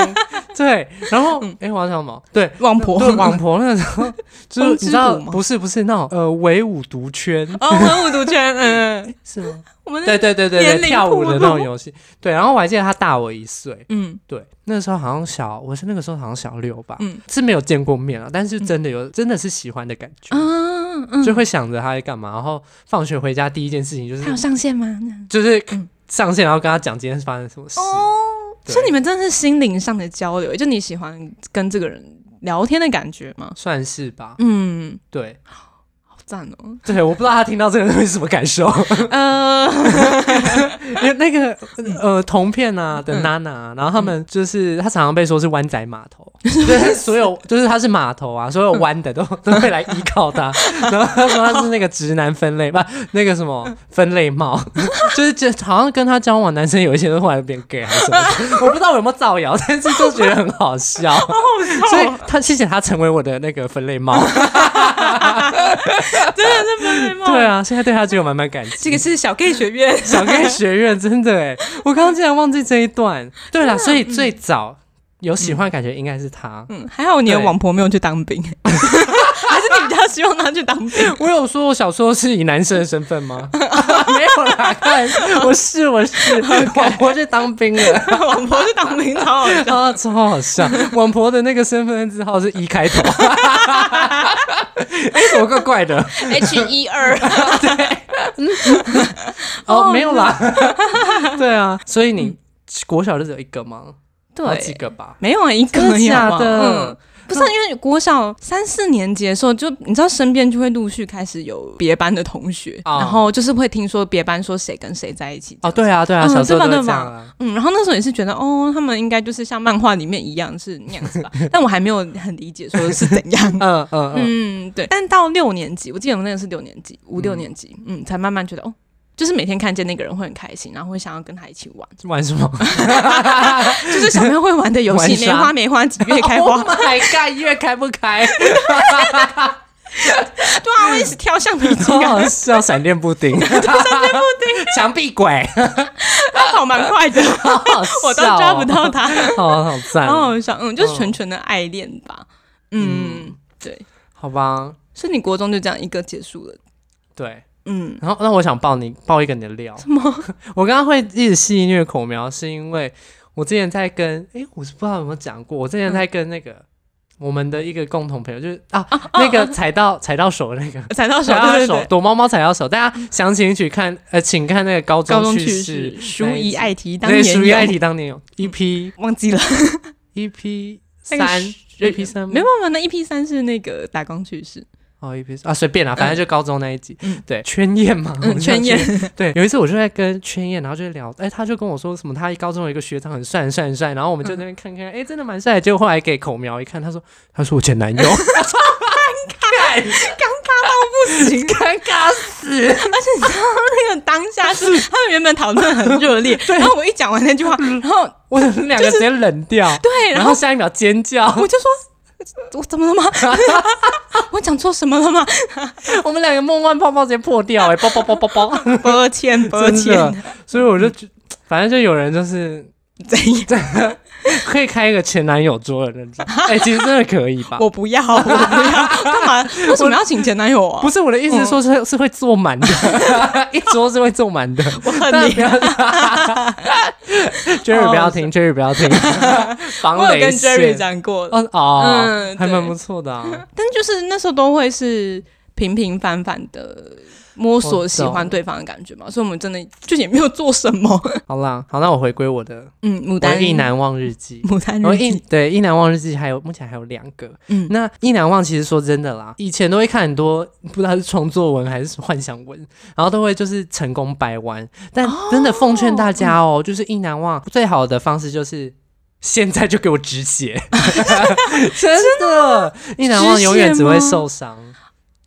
Speaker 1: 对，然后哎、我要讲什么？对，
Speaker 2: 王 婆
Speaker 1: 对网婆那个时 候，就是
Speaker 2: 风
Speaker 1: 你
Speaker 2: 之
Speaker 1: 知道
Speaker 2: 谷吗
Speaker 1: 不是不是那种呃唯舞独圈
Speaker 2: 哦，文武独圈， 嗯，
Speaker 1: 是吗？
Speaker 2: 我们
Speaker 1: 对，对对对
Speaker 2: 年
Speaker 1: 对，
Speaker 2: 龄
Speaker 1: 跳舞的那
Speaker 2: 暴露
Speaker 1: 种游戏。对，然后我还记得他大我一岁，
Speaker 2: 嗯，
Speaker 1: 对，那时候好像小，我是那个时候好像小六吧，
Speaker 2: 嗯
Speaker 1: 是没有见过面啊，但是真的有真的是喜欢的感觉，
Speaker 2: 啊，嗯，
Speaker 1: 就会想着他在干嘛，然后放学回家第一件事情就是
Speaker 2: 他有上线吗？
Speaker 1: 就是
Speaker 2: 嗯
Speaker 1: 上线，然后跟他讲今天发生什么事。
Speaker 2: 哦，
Speaker 1: 对
Speaker 2: 所以你们真的是心灵上的交流，就你喜欢跟这个人聊天的感觉吗？
Speaker 1: 算是吧，
Speaker 2: 嗯，
Speaker 1: 对
Speaker 2: 好赞哦，
Speaker 1: 对，我不知道他听到这个会是什么感受。
Speaker 2: 呃，
Speaker 1: 因为 那个呃铜片啊的娜娜，然后他们就是他常常被说是湾仔码 头，就是所有就是他是码头啊，所有湾的都都会来依靠 他。然后他说他是那个直男分类，不那个什么分类帽， 就是这好像跟他交往男生有一些都后来变 gay 还 是什么的，我不知道有没有造谣，但是就觉得很哦好 笑。所以他谢谢他成为我的那个分类 帽，
Speaker 2: 真的是分类帽，
Speaker 1: 对，啊，现在对他只有满满感激。
Speaker 2: 这个是小 gay 学院，
Speaker 1: 小 K 学院真的哎，我刚刚竟然忘记这一段。对啦，所以最早有喜欢的感觉应该是他。
Speaker 2: 嗯，还好你的
Speaker 1: 对
Speaker 2: 网婆没有去当兵， 还是你比较希望他去当兵？
Speaker 1: 我有说我小时候是以男生的身份吗？ 没有啦，看我是我是，网婆去当兵 了，
Speaker 2: 网婆是当兵超好笑。
Speaker 1: 啊，超好笑。网婆的那个身份证号是一开头， 哎，怎么怪怪的？
Speaker 2: H 一二，
Speaker 1: 哦，
Speaker 2: 哦
Speaker 1: 没有啦， 对啊，所以你国小就只有一个吗？好几
Speaker 2: 对，
Speaker 1: 个吧？
Speaker 2: 没有啊，一个
Speaker 1: 真
Speaker 2: 而
Speaker 1: 的
Speaker 2: 已好
Speaker 1: 假
Speaker 2: 不好
Speaker 1: 的
Speaker 2: 嗯，？不是啊因为国小三四年级的时候，就你知道身边就会陆续开始有别班的同学，
Speaker 1: 啊
Speaker 2: 然后就是会听说别班说谁跟谁在一起。
Speaker 1: 哦，对啊，对啊，
Speaker 2: 嗯
Speaker 1: 小时候
Speaker 2: 对吧
Speaker 1: 都是
Speaker 2: 对
Speaker 1: 这
Speaker 2: 吧
Speaker 1: 样啊。
Speaker 2: 嗯，然后那时候也是觉得，哦，他们应该就是像漫画里面一样是那样子吧，但我还没有很理解说是怎 样。
Speaker 1: 嗯嗯嗯，
Speaker 2: 嗯，对。但到六年级，我记得我那个是六年级，五六
Speaker 1: 嗯
Speaker 2: 年级，嗯，才慢慢觉得，哦，就是每天看见那个人会很开心，然后会想要跟他一起玩。
Speaker 1: 玩什么？
Speaker 2: 就是小朋友会 玩的游
Speaker 1: 玩
Speaker 2: 戏，
Speaker 1: 沙
Speaker 2: 梅花梅花几月开 花
Speaker 1: Oh，my god，越开不开，
Speaker 2: 对啊，会一直跳橡皮筋
Speaker 1: 好
Speaker 2: 啊，
Speaker 1: 好笑，闪电布丁，闪电布丁，墙壁鬼，
Speaker 2: 他跑蛮快 的，
Speaker 1: 好好笑哦
Speaker 2: 我都抓不，到他，
Speaker 1: 好好赞
Speaker 2: 好
Speaker 1: 哦，
Speaker 2: 好笑， 嗯，就是纯纯的爱恋吧，嗯，对，
Speaker 1: 好吧，
Speaker 2: 所以你国中就这样一个结束了，
Speaker 1: 对。
Speaker 2: 嗯，
Speaker 1: 然后，那我想爆你爆一个你的料。什么？ 我刚刚会一直戏虐口苗，是因为我之前在跟诶，我是不知道有没有讲过，我之前在跟那个、我们的一个共同朋友，就是啊，那个踩到踩到手的 那个，
Speaker 2: 踩到手，
Speaker 1: 踩到
Speaker 2: 对对
Speaker 1: 手
Speaker 2: 对，
Speaker 1: 躲猫猫踩到手。大家详情去看，呃，请看那个高
Speaker 2: 高中
Speaker 1: 趣
Speaker 2: 趣
Speaker 1: 事
Speaker 2: 事，，淑
Speaker 1: 那一
Speaker 2: 仪
Speaker 1: 集
Speaker 2: 爱题当
Speaker 1: 对，属于爱
Speaker 2: 年有，
Speaker 1: 题当年有 EP
Speaker 2: 忘记了，
Speaker 1: EP
Speaker 2: 那
Speaker 1: 三
Speaker 2: 个是
Speaker 1: EP 三
Speaker 2: 没办法，那 EP 三是那个打工趣事，
Speaker 1: 哦 EP 三啊随便啦，反正就高中那一集
Speaker 2: 嗯，
Speaker 1: 对圈宴嘛，我
Speaker 2: 嗯，
Speaker 1: 们叫
Speaker 2: 圈宴，
Speaker 1: 对，有一次我就在跟圈燕，然后就聊，哎、他就跟我说什么，他高中有一个学长很帅很帅很帅，然后我们就
Speaker 2: 嗯
Speaker 1: 在那边看看，哎、真的蛮帅的。结果后来给口苗一看，他说他是我前男友，
Speaker 2: 尴尬死！而且你知道那个当下是嗯他们原本讨论很热 烈，然后我一讲完那句话，然后
Speaker 1: 我们两个直接冷掉，
Speaker 2: 对，然
Speaker 1: 然
Speaker 2: 后
Speaker 1: 后下一秒尖叫，
Speaker 2: 我就说。我怎么了吗？ 我讲错什么了 吗？
Speaker 1: 我们两个梦幻泡泡直接破掉、哎，爆爆爆爆爆，
Speaker 2: 抱歉，抱
Speaker 1: 真
Speaker 2: 歉
Speaker 1: 的，。所以我就觉反正就有人就是
Speaker 2: 嗯怎样？
Speaker 1: 可以开一个前男友桌的那 种，哎、其实真的可以吧？
Speaker 2: 我 不要，我不要，干嘛？为什么要请前男友啊？
Speaker 1: 不是我的意思是说是、
Speaker 2: 嗯
Speaker 1: 是会坐满 的，一桌是会坐满的。
Speaker 2: 我
Speaker 1: 大
Speaker 2: 恨
Speaker 1: 家不
Speaker 2: 你。
Speaker 1: 要 ，Jerry 不要听，Jerry 不要听， 防
Speaker 2: 哦我有
Speaker 1: 雷
Speaker 2: 跟 Jerry
Speaker 1: 线。
Speaker 2: 讲过，
Speaker 1: 哦哦
Speaker 2: 嗯，
Speaker 1: 还
Speaker 2: 对
Speaker 1: 蛮不错的啊。
Speaker 2: 但就是那时候都会是平平凡凡的摸索喜欢对方的感觉嘛，所以我们真的就也没有做什么。
Speaker 1: 好啦，好，那我回归我的
Speaker 2: 嗯，
Speaker 1: 我
Speaker 2: 牡
Speaker 1: 的
Speaker 2: 丹
Speaker 1: 意难忘日记。
Speaker 2: 牡丹
Speaker 1: 然后
Speaker 2: 日
Speaker 1: 意
Speaker 2: 记，
Speaker 1: 对意难忘日记还有目前还有两个。
Speaker 2: 嗯，
Speaker 1: 那意难忘其实说真的啦，以前都会看很多不知道是创作文还是幻想文，然后都会就是成功掰弯。但真的奉劝大家哦，就是意难忘最好的方式就是。现在就给我止血， 真的，意难忘永远只会受伤。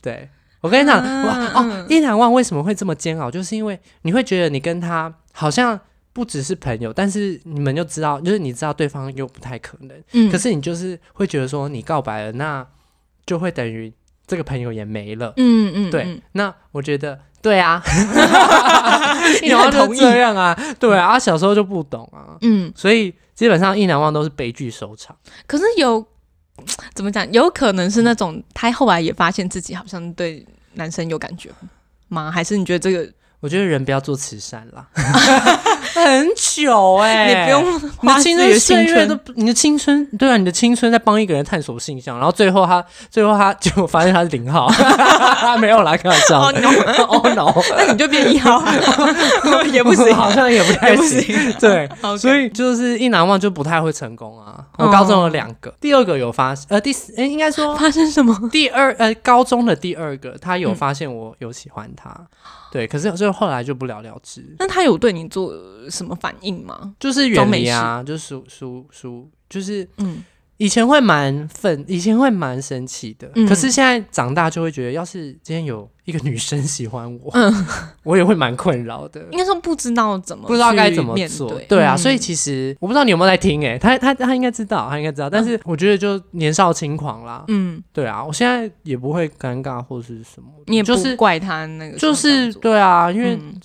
Speaker 1: 对我跟你讲，
Speaker 2: 啊
Speaker 1: 哇哦，意难忘为什么会这么煎熬，就是因为你会觉得你跟他好像不只是朋友，但是你们就知道，就是你知道对方又不太可能，
Speaker 2: 嗯
Speaker 1: 可是你就是会觉得说你告白了，那就会等于这个朋友也没了。
Speaker 2: 嗯嗯，
Speaker 1: 对，
Speaker 2: 嗯
Speaker 1: 那我觉得对 啊，一
Speaker 2: 你
Speaker 1: 难忘
Speaker 2: 很同
Speaker 1: 就
Speaker 2: 意
Speaker 1: 这样啊，对啊，啊小时候就不懂啊，
Speaker 2: 嗯，
Speaker 1: 所以基本上一难忘都是悲剧收场。
Speaker 2: 可是有怎么讲？有可能是那种他后来也发现自己好像对男生有感觉吗？还是你觉得这个、
Speaker 1: 我觉得人不要做慈善啦， 很久哎、
Speaker 2: 你不。用
Speaker 1: 你
Speaker 2: 花
Speaker 1: 的
Speaker 2: 自己
Speaker 1: 青
Speaker 2: 的
Speaker 1: 春
Speaker 2: 青
Speaker 1: 岁月都
Speaker 2: 春？
Speaker 1: 不，你的青春对啊，你的青春在帮一个人探索性向，然后最后他最后他结果发现他是零号， 没有啦，开玩笑
Speaker 2: 哦
Speaker 1: 的。
Speaker 2: no，
Speaker 1: 哦 no，
Speaker 2: 那你就变一号、啊， 也不行，
Speaker 1: 好 像也不太
Speaker 2: 也不
Speaker 1: 行。
Speaker 2: 行。
Speaker 1: 对，
Speaker 2: OK
Speaker 1: 所以就是一难忘就不太会成功啊。我
Speaker 2: 哦
Speaker 1: 高中有两个，第二个有发，呃，第四，诶应该 说
Speaker 2: 发生什么？
Speaker 1: 第二，呃，高中的第二个，他有
Speaker 2: 嗯
Speaker 1: 发现我有喜欢他，对，可是就后来就不了了之，
Speaker 2: 那他有对你做什么反应吗？
Speaker 1: 就是远离啊，就输输输，就是
Speaker 2: 嗯，
Speaker 1: 以前会蛮愤，以前会蛮生气的，
Speaker 2: 嗯
Speaker 1: 可是现在长大就会觉得，要是今天有一个女生喜欢我，
Speaker 2: 嗯
Speaker 1: 我也会蛮困扰的。
Speaker 2: 应该说不知道怎么，
Speaker 1: 不知道该怎么做，
Speaker 2: 对，
Speaker 1: 对啊，
Speaker 2: 嗯
Speaker 1: 所以其实我不知道你有没有在听、欸，哎，他他他应该知道，他应该知道，但是我觉得就年少轻狂啦，
Speaker 2: 嗯，
Speaker 1: 对啊，我现在也不会尴尬或是什么，
Speaker 2: 你也
Speaker 1: 就
Speaker 2: 不
Speaker 1: 是
Speaker 2: 怪他那个时
Speaker 1: 就
Speaker 2: 候这样
Speaker 1: 是
Speaker 2: 做，
Speaker 1: 对啊，因为
Speaker 2: 嗯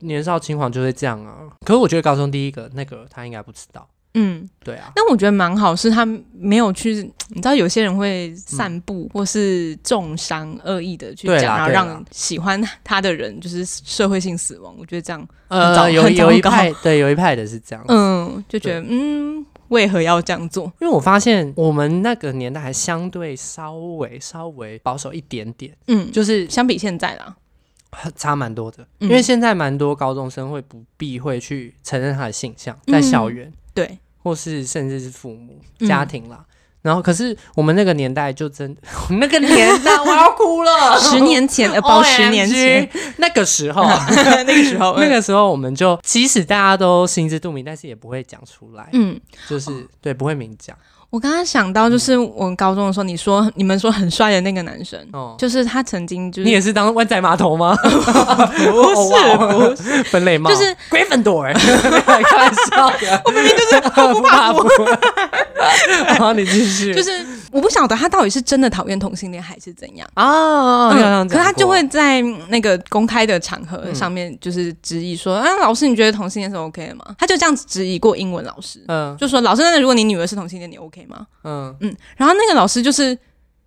Speaker 1: 年少轻狂就会这样啊。可是我觉得高中第一个那个他应该不知道，
Speaker 2: 嗯，
Speaker 1: 对啊，
Speaker 2: 但我觉得蛮好，是他没有去，你知道有些人会散布或是重伤、恶意的去
Speaker 1: 嗯对
Speaker 2: 讲，
Speaker 1: 啦
Speaker 2: 然后
Speaker 1: 对啦
Speaker 2: 让喜欢他的人就是社会性死亡。我觉得这样，很糟
Speaker 1: 呃，有
Speaker 2: 很糟
Speaker 1: 有一
Speaker 2: 糕
Speaker 1: 派对有一派的是这样，
Speaker 2: 嗯，就觉得嗯，为何要这样做？
Speaker 1: 因为我发现我们那个年代还相对稍微稍微保守一点点，
Speaker 2: 嗯，
Speaker 1: 就
Speaker 2: 就
Speaker 1: 是
Speaker 2: 相比现在啦，
Speaker 1: 差蛮多的，
Speaker 2: 嗯
Speaker 1: 因为现在蛮多高中生会不避讳去承认他的性向，在校园、
Speaker 2: 对，
Speaker 1: 或是甚至是父母、
Speaker 2: 嗯
Speaker 1: 家庭啦。然后，可是我们那个年代就真，那个年代 我要哭了，
Speaker 2: 十年 前，呃，包十 年前
Speaker 1: OMG 那个时候，啊
Speaker 2: 那个时 候，嗯
Speaker 1: 那个时候我们就即使大家都心知肚明，但是也不会讲出来，
Speaker 2: 嗯。嗯
Speaker 1: 就是对不会明讲
Speaker 2: 我刚刚想到，就是我高中的时候，你说你们说很帅的那个男生，
Speaker 1: 哦。
Speaker 2: 就是他曾经就是
Speaker 1: 你也是当湾仔码头 吗？
Speaker 2: 不
Speaker 1: 哦哇
Speaker 2: 是不是，
Speaker 1: 分类帽
Speaker 2: 就是
Speaker 1: Gryffindor，开 玩笑的，我明明 就是不怕不。好，你继续。
Speaker 2: 就是我不晓得他到底是真的讨厌同性恋还是怎样。
Speaker 1: 啊，你好像
Speaker 2: 嗯，可是他
Speaker 1: 讲过
Speaker 2: 就会在那个公开的场合上面，就是质疑说：“啊，老师，你觉得同性恋是 OK 的吗？”他就这样子质疑过英文老师，
Speaker 1: 嗯
Speaker 2: 就说：“老师，那如果你女儿是同性恋，你 OK 吗
Speaker 1: 嗯？”
Speaker 2: 嗯，然后那个老师就是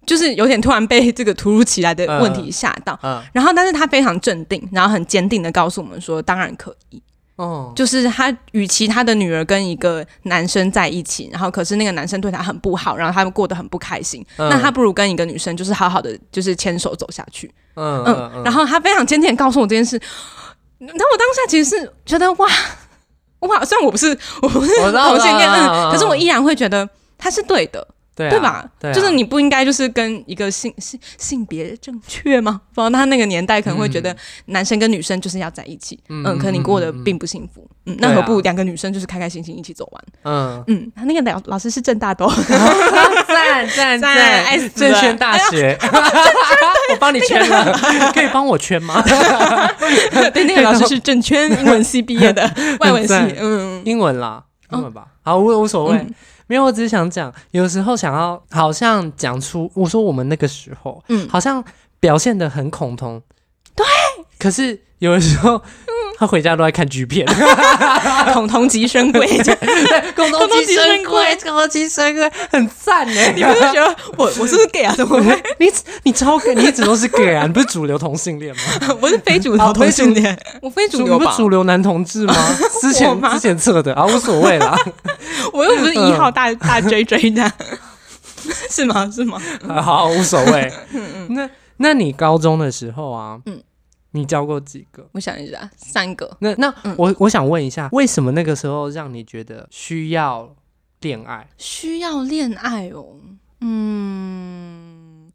Speaker 2: 就是有点突然被这个突如其来的问题吓到，
Speaker 1: 嗯
Speaker 2: 然后但是他非常镇定，然后很坚定的告诉我们说：“当然可以。”
Speaker 1: 哦，
Speaker 2: 就是他，与其他的女儿跟一个男生在一起，然后可是那个男生对她很不好，然后他们过得很不开心，
Speaker 1: 嗯
Speaker 2: 那他不如跟一个女生就是好好的就是牵手走下去。
Speaker 1: 嗯
Speaker 2: 嗯，然后他非常坚定地告诉我这件事，然后我当下其实是觉得哇哇，虽然我不是我不是
Speaker 1: 我知道
Speaker 2: 同性恋，
Speaker 1: 我知道
Speaker 2: 嗯，可是我依然会觉得。他是对的，
Speaker 1: 嗯对啊
Speaker 2: 对吧？
Speaker 1: 对啊，
Speaker 2: 就是你不应该就是跟一个性性性别正确吗？反正他那个年代可能会觉得男生跟女生就是要在一起，嗯，
Speaker 1: 嗯
Speaker 2: 可能你过得并不幸福，嗯，那
Speaker 1: 对啊
Speaker 2: 何不两个女生就是开开心心一起走完？
Speaker 1: 嗯，
Speaker 2: 嗯，他那个老老师是正大的、哦，
Speaker 1: 赞赞
Speaker 2: 赞哎爱死了
Speaker 1: 证券大 学，我帮你圈了， 可以帮我圈吗？
Speaker 2: 对，那个老师是证圈英文系毕业的，外文系，
Speaker 1: 很赞
Speaker 2: 嗯，
Speaker 1: 英文啦，英文吧，好无无所谓。
Speaker 2: 嗯
Speaker 1: 没有，我只是想讲，有时候想要好像讲出，我说我们那个时候，
Speaker 2: 嗯
Speaker 1: 好像表现的很恐同，对。可是有的时候，
Speaker 2: 嗯
Speaker 1: 他回家都在看剧 片，
Speaker 2: 哎恐同即生 贵，就
Speaker 1: 共
Speaker 2: 同寄生
Speaker 1: 贵，共同寄生贵，很赞呢。
Speaker 2: 你不是觉得 我我是不是 gay 啊？怎么会？
Speaker 1: 你你超 gay，你一直都是 gay 啊？你不是主流同性 恋吗？
Speaker 2: 我是非主流
Speaker 1: 哦非
Speaker 2: 同
Speaker 1: 主
Speaker 2: 性恋，我非主流
Speaker 1: 你不
Speaker 2: 吧
Speaker 1: 是？主流男同志 吗？之
Speaker 2: 我
Speaker 1: 前
Speaker 2: 吗
Speaker 1: 之前测的啊，无所谓 啦。
Speaker 2: 我又不是一号大大追追的， 是吗？是吗？
Speaker 1: 啊好，无所谓。那那你高中的时候啊，
Speaker 2: 嗯
Speaker 1: 你交过几个？
Speaker 2: 我想一下，三个，
Speaker 1: 那那
Speaker 2: 嗯
Speaker 1: 我、我想问一下，为什么那个时候让你觉得需要恋爱？
Speaker 2: 需要恋爱哦，嗯，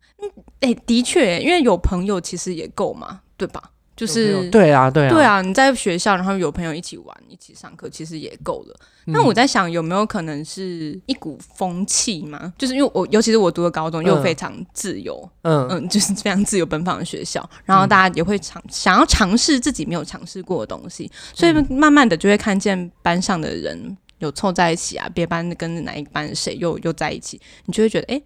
Speaker 2: 哎、的确，因为有朋友其实也够嘛，对吧？就
Speaker 1: 有没
Speaker 2: 是
Speaker 1: 有对啊，对啊，
Speaker 2: 对，啊，你在学校，然后有朋友一起玩、一起上课，其实也够了。
Speaker 1: 嗯
Speaker 2: 那我在想，有没有可能是一股风气嘛？就是因为我，尤其是我读的高中又
Speaker 1: 嗯
Speaker 2: 非常自由，
Speaker 1: 嗯
Speaker 2: 嗯， 就是非常自由奔放的学校，然后大家也会尝想要尝试自己没有尝试过的东西，所以慢慢的就会看见班上的人有凑在一起啊，别班跟哪一班谁又又在一起，你就会觉得，哎、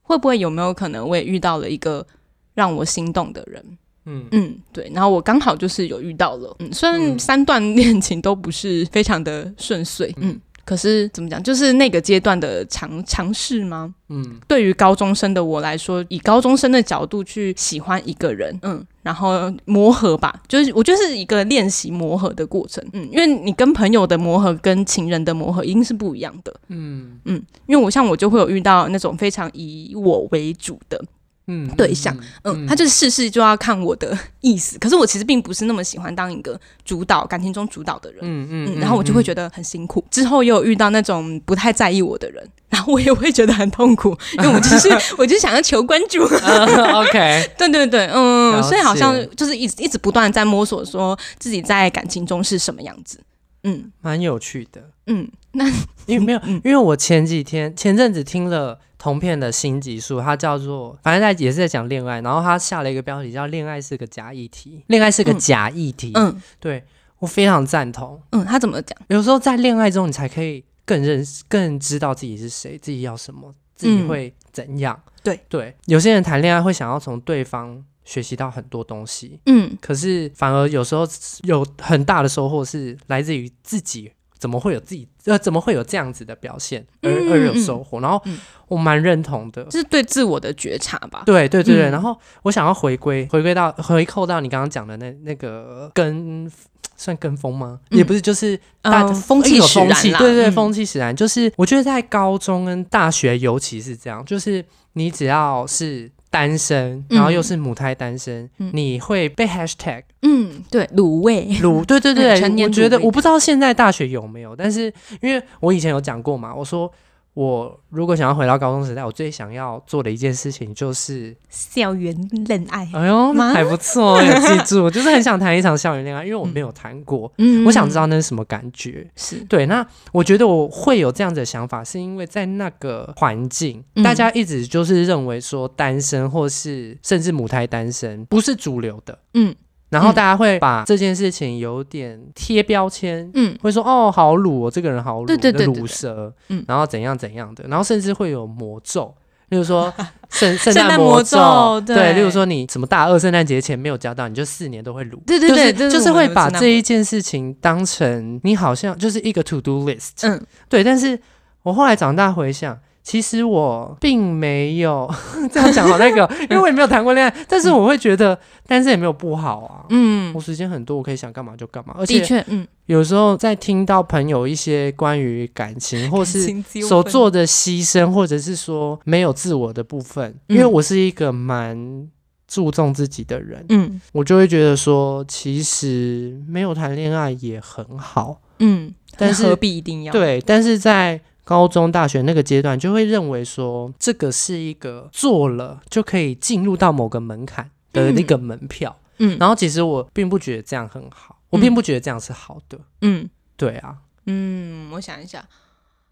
Speaker 2: 会不会有没有可能我也遇到了一个让我心动的人？
Speaker 1: 嗯
Speaker 2: 嗯，对，然后我刚好就是有遇到了，嗯，虽然
Speaker 1: 嗯
Speaker 2: 三段恋情都不是非常的顺遂，嗯，可是怎么讲，就是那个阶段的尝尝试吗？
Speaker 1: 嗯
Speaker 2: 对于高中生的我来说，以高中生的角度去喜欢一个人，嗯，然后磨合吧，就是我觉得是一个练习磨合的过程，嗯，因为你跟朋友的磨合跟情人的磨合一定是不一样的，
Speaker 1: 嗯
Speaker 2: 嗯，因为我像我就会有遇到那种非常以我为主的，
Speaker 1: 嗯
Speaker 2: 对象，嗯，他就是事事就要看我的意思。可是我其实并不是那么喜欢当一个主导感情中主导的人，
Speaker 1: 嗯
Speaker 2: 嗯，然后我就会觉得很辛苦。之后也有遇到那种不太在意我的人，然后我也会觉得很痛 苦，因为我就是我就想要求关 注。
Speaker 1: 得嗯 OK，
Speaker 2: 对对对，嗯，
Speaker 1: 了解
Speaker 2: 所以好像就是一直一直不断地在摸索，说自己在感情中是什么样子。嗯
Speaker 1: 蛮有趣的。
Speaker 2: 嗯，那
Speaker 1: 因为没有
Speaker 2: 嗯，
Speaker 1: 因为我前几天前阵子听了同片的新集数，它叫做反正在也是在讲恋爱，然后他下了一个标题叫“恋爱是个假议题”，恋爱是个
Speaker 2: 嗯
Speaker 1: 假议题。
Speaker 2: 嗯
Speaker 1: 对我非常赞同。
Speaker 2: 嗯，他怎么讲？
Speaker 1: 有时候在恋爱中，你才可以更认识、更知道自己是谁，自己要什么，自己会怎样。
Speaker 2: 嗯对
Speaker 1: 对，有些人谈恋爱会想要从对方学习到很多东西，
Speaker 2: 嗯
Speaker 1: 可是反而有时候有很大的收获是来自于自己。怎么会有自己呃？怎么会有这样子的表现，而
Speaker 2: 嗯
Speaker 1: 而有收获？然后
Speaker 2: 嗯
Speaker 1: 我蛮认同的，
Speaker 2: 这是对自我的觉察吧？
Speaker 1: 对对对对。
Speaker 2: 嗯
Speaker 1: 然后我想要回归回归到回扣到你刚刚讲的那那个跟算跟风吗？
Speaker 2: 嗯
Speaker 1: 也不是，就是大、
Speaker 2: 嗯，风气
Speaker 1: 有
Speaker 2: 使然
Speaker 1: 风
Speaker 2: 啦，
Speaker 1: 气，对对，
Speaker 2: 嗯
Speaker 1: 风气使然。就是我觉得在高中跟大学，尤其是这样，就是你只要是单身，然后又是母胎单身，
Speaker 2: 嗯
Speaker 1: 你会被 hashtag
Speaker 2: 嗯，对，卤味，
Speaker 1: 鲁， 对对对，
Speaker 2: 成年
Speaker 1: 我觉得
Speaker 2: 鲁味
Speaker 1: 我不知道现在大学有没有，但是因为我以前有讲过嘛，我说。我如果想要回到高中时代，我最想要做的一件事情 就是，
Speaker 2: 校园恋爱。
Speaker 1: 哎呦，
Speaker 2: 吗
Speaker 1: 还不错，有记住， 就是很想谈一场校园恋爱，因为我没有谈过，
Speaker 2: 嗯
Speaker 1: 我想知道那是什么感觉。
Speaker 2: 是
Speaker 1: 对，那我觉得我会有这样子的想法，是因为在那个环境，
Speaker 2: 嗯
Speaker 1: 大家一直就是认为说单身或是甚至母胎单身不是主流的，
Speaker 2: 嗯
Speaker 1: 然后
Speaker 2: 嗯
Speaker 1: 大家会把这件事情有点贴标签，
Speaker 2: 嗯
Speaker 1: 会说哦好鲁哦，这个人好鲁，
Speaker 2: 对对
Speaker 1: 你的
Speaker 2: 对对
Speaker 1: 鲁
Speaker 2: 对
Speaker 1: 蛇，
Speaker 2: 嗯
Speaker 1: 然后怎样怎样的，然后甚至会有魔咒。例如 说圣圣
Speaker 2: 圣
Speaker 1: 诞
Speaker 2: 诞
Speaker 1: 魔
Speaker 2: 魔咒对
Speaker 1: 例如说你什么大二圣诞节前没有交到，你就四年都会鲁。
Speaker 2: 对对对
Speaker 1: 就
Speaker 2: 这
Speaker 1: 是
Speaker 2: 是
Speaker 1: 就是
Speaker 2: 我们
Speaker 1: 会
Speaker 2: 有
Speaker 1: 把
Speaker 2: 圣诞
Speaker 1: 这
Speaker 2: 魔
Speaker 1: 一件事情当成你好像就是一个 to do list，
Speaker 2: 嗯，
Speaker 1: 对，但是我后来长大回想，其实我并没有 这样讲好那 个，因为我也没有谈过恋爱，但是我会觉得单身也没有不好啊。
Speaker 2: 嗯
Speaker 1: 我，时间很多，我可以想干嘛就干嘛。而
Speaker 2: 的
Speaker 1: 且
Speaker 2: 确，嗯，
Speaker 1: 有时候在听到朋友一些关于感情或是
Speaker 2: 感情纠纷
Speaker 1: 所做的牺牲，或者是说没有自我的部分，
Speaker 2: 嗯
Speaker 1: 因为我是一个蛮注重自己的人，
Speaker 2: 嗯
Speaker 1: 我就会觉得说，其实没有谈恋爱也很好。
Speaker 2: 嗯，
Speaker 1: 但
Speaker 2: 但
Speaker 1: 是
Speaker 2: 是何必一定要？
Speaker 1: 对，但是在高中、大学那个阶段，就会认为说这个是一个做了就可以进入到某个门槛的那个门票。
Speaker 2: 嗯
Speaker 1: 然后其实我并不觉得这样很好，我并不觉得这样是好的。
Speaker 2: 嗯
Speaker 1: 对啊，
Speaker 2: 嗯，我想一下，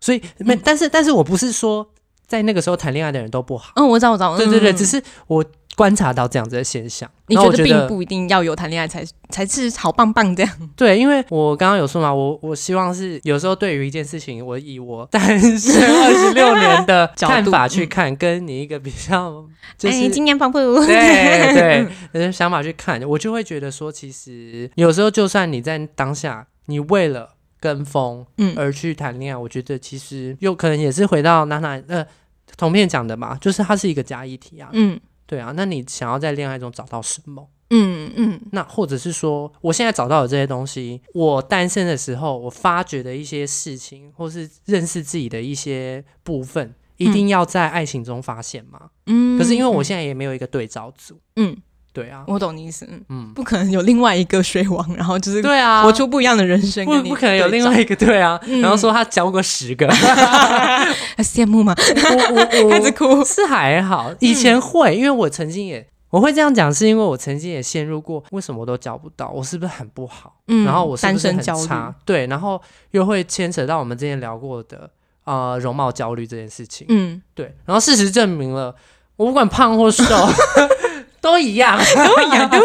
Speaker 1: 所以没，
Speaker 2: 嗯
Speaker 1: 但是但是我不是说在那个时候谈恋爱的人都不好。
Speaker 2: 嗯，我找我找，
Speaker 1: 对对对，只
Speaker 2: 是
Speaker 1: 是我观察到这样子的现象。
Speaker 2: 你
Speaker 1: 然后
Speaker 2: 觉
Speaker 1: 我
Speaker 2: 得
Speaker 1: 觉
Speaker 2: 并
Speaker 1: 得
Speaker 2: 不一定要有谈恋爱才才是好棒棒这样，
Speaker 1: 对，因为我刚刚有说嘛，我我希望是有时候对于一件事情，我以我单身二十六年的
Speaker 2: 角度嗯
Speaker 1: 看法去看，跟你一个比较就是、
Speaker 2: 哎，今年跑步，
Speaker 1: 对对
Speaker 2: 嗯
Speaker 1: 呃想法去看，我就会觉得说，其实有时候就算你在当下，你为了跟风
Speaker 2: 嗯
Speaker 1: 而去谈恋爱，我觉得其实有可能也是回到娜娜呃同片讲的嘛，就是它是一个加议题啊，
Speaker 2: 嗯
Speaker 1: 对啊，那你想要在恋爱中找到什么？
Speaker 2: 嗯嗯
Speaker 1: 那或者是说，我现在找到的这些东西，我单身的时候，我发掘的一些事情，或是认识自己的一些部分，一定要在爱情中发现吗？
Speaker 2: 嗯，
Speaker 1: 可是因为我
Speaker 2: 嗯
Speaker 1: 现在也没有一个对照组，
Speaker 2: 嗯，
Speaker 1: 对啊，
Speaker 2: 我懂你意思，嗯，
Speaker 1: 嗯，
Speaker 2: 不可能有另外一个水王，然后就是
Speaker 1: 对啊，
Speaker 2: 活出不一样的人生跟
Speaker 1: 不
Speaker 2: 你
Speaker 1: 不可能有
Speaker 2: 对
Speaker 1: 另
Speaker 2: 照
Speaker 1: 外一个对啊，
Speaker 2: 嗯
Speaker 1: 然后说他交过十个，
Speaker 2: 啊羡慕 吗？
Speaker 1: 我我
Speaker 2: 开始
Speaker 1: 我
Speaker 2: 哭，
Speaker 1: 是还好，以前会，因为我曾经也。我会这样讲，是因为我曾经也陷入过，为什么我都交不到？我是不是很不好？
Speaker 2: 嗯
Speaker 1: 然后我是
Speaker 2: 单
Speaker 1: 不是
Speaker 2: 身
Speaker 1: 很
Speaker 2: 焦虑，
Speaker 1: 差？对，然后又会牵扯到我们之前聊过的呃容貌焦虑这件事情。
Speaker 2: 嗯，
Speaker 1: 对，然后事实证明了，我不管胖或瘦 都一样，
Speaker 2: 都一样，都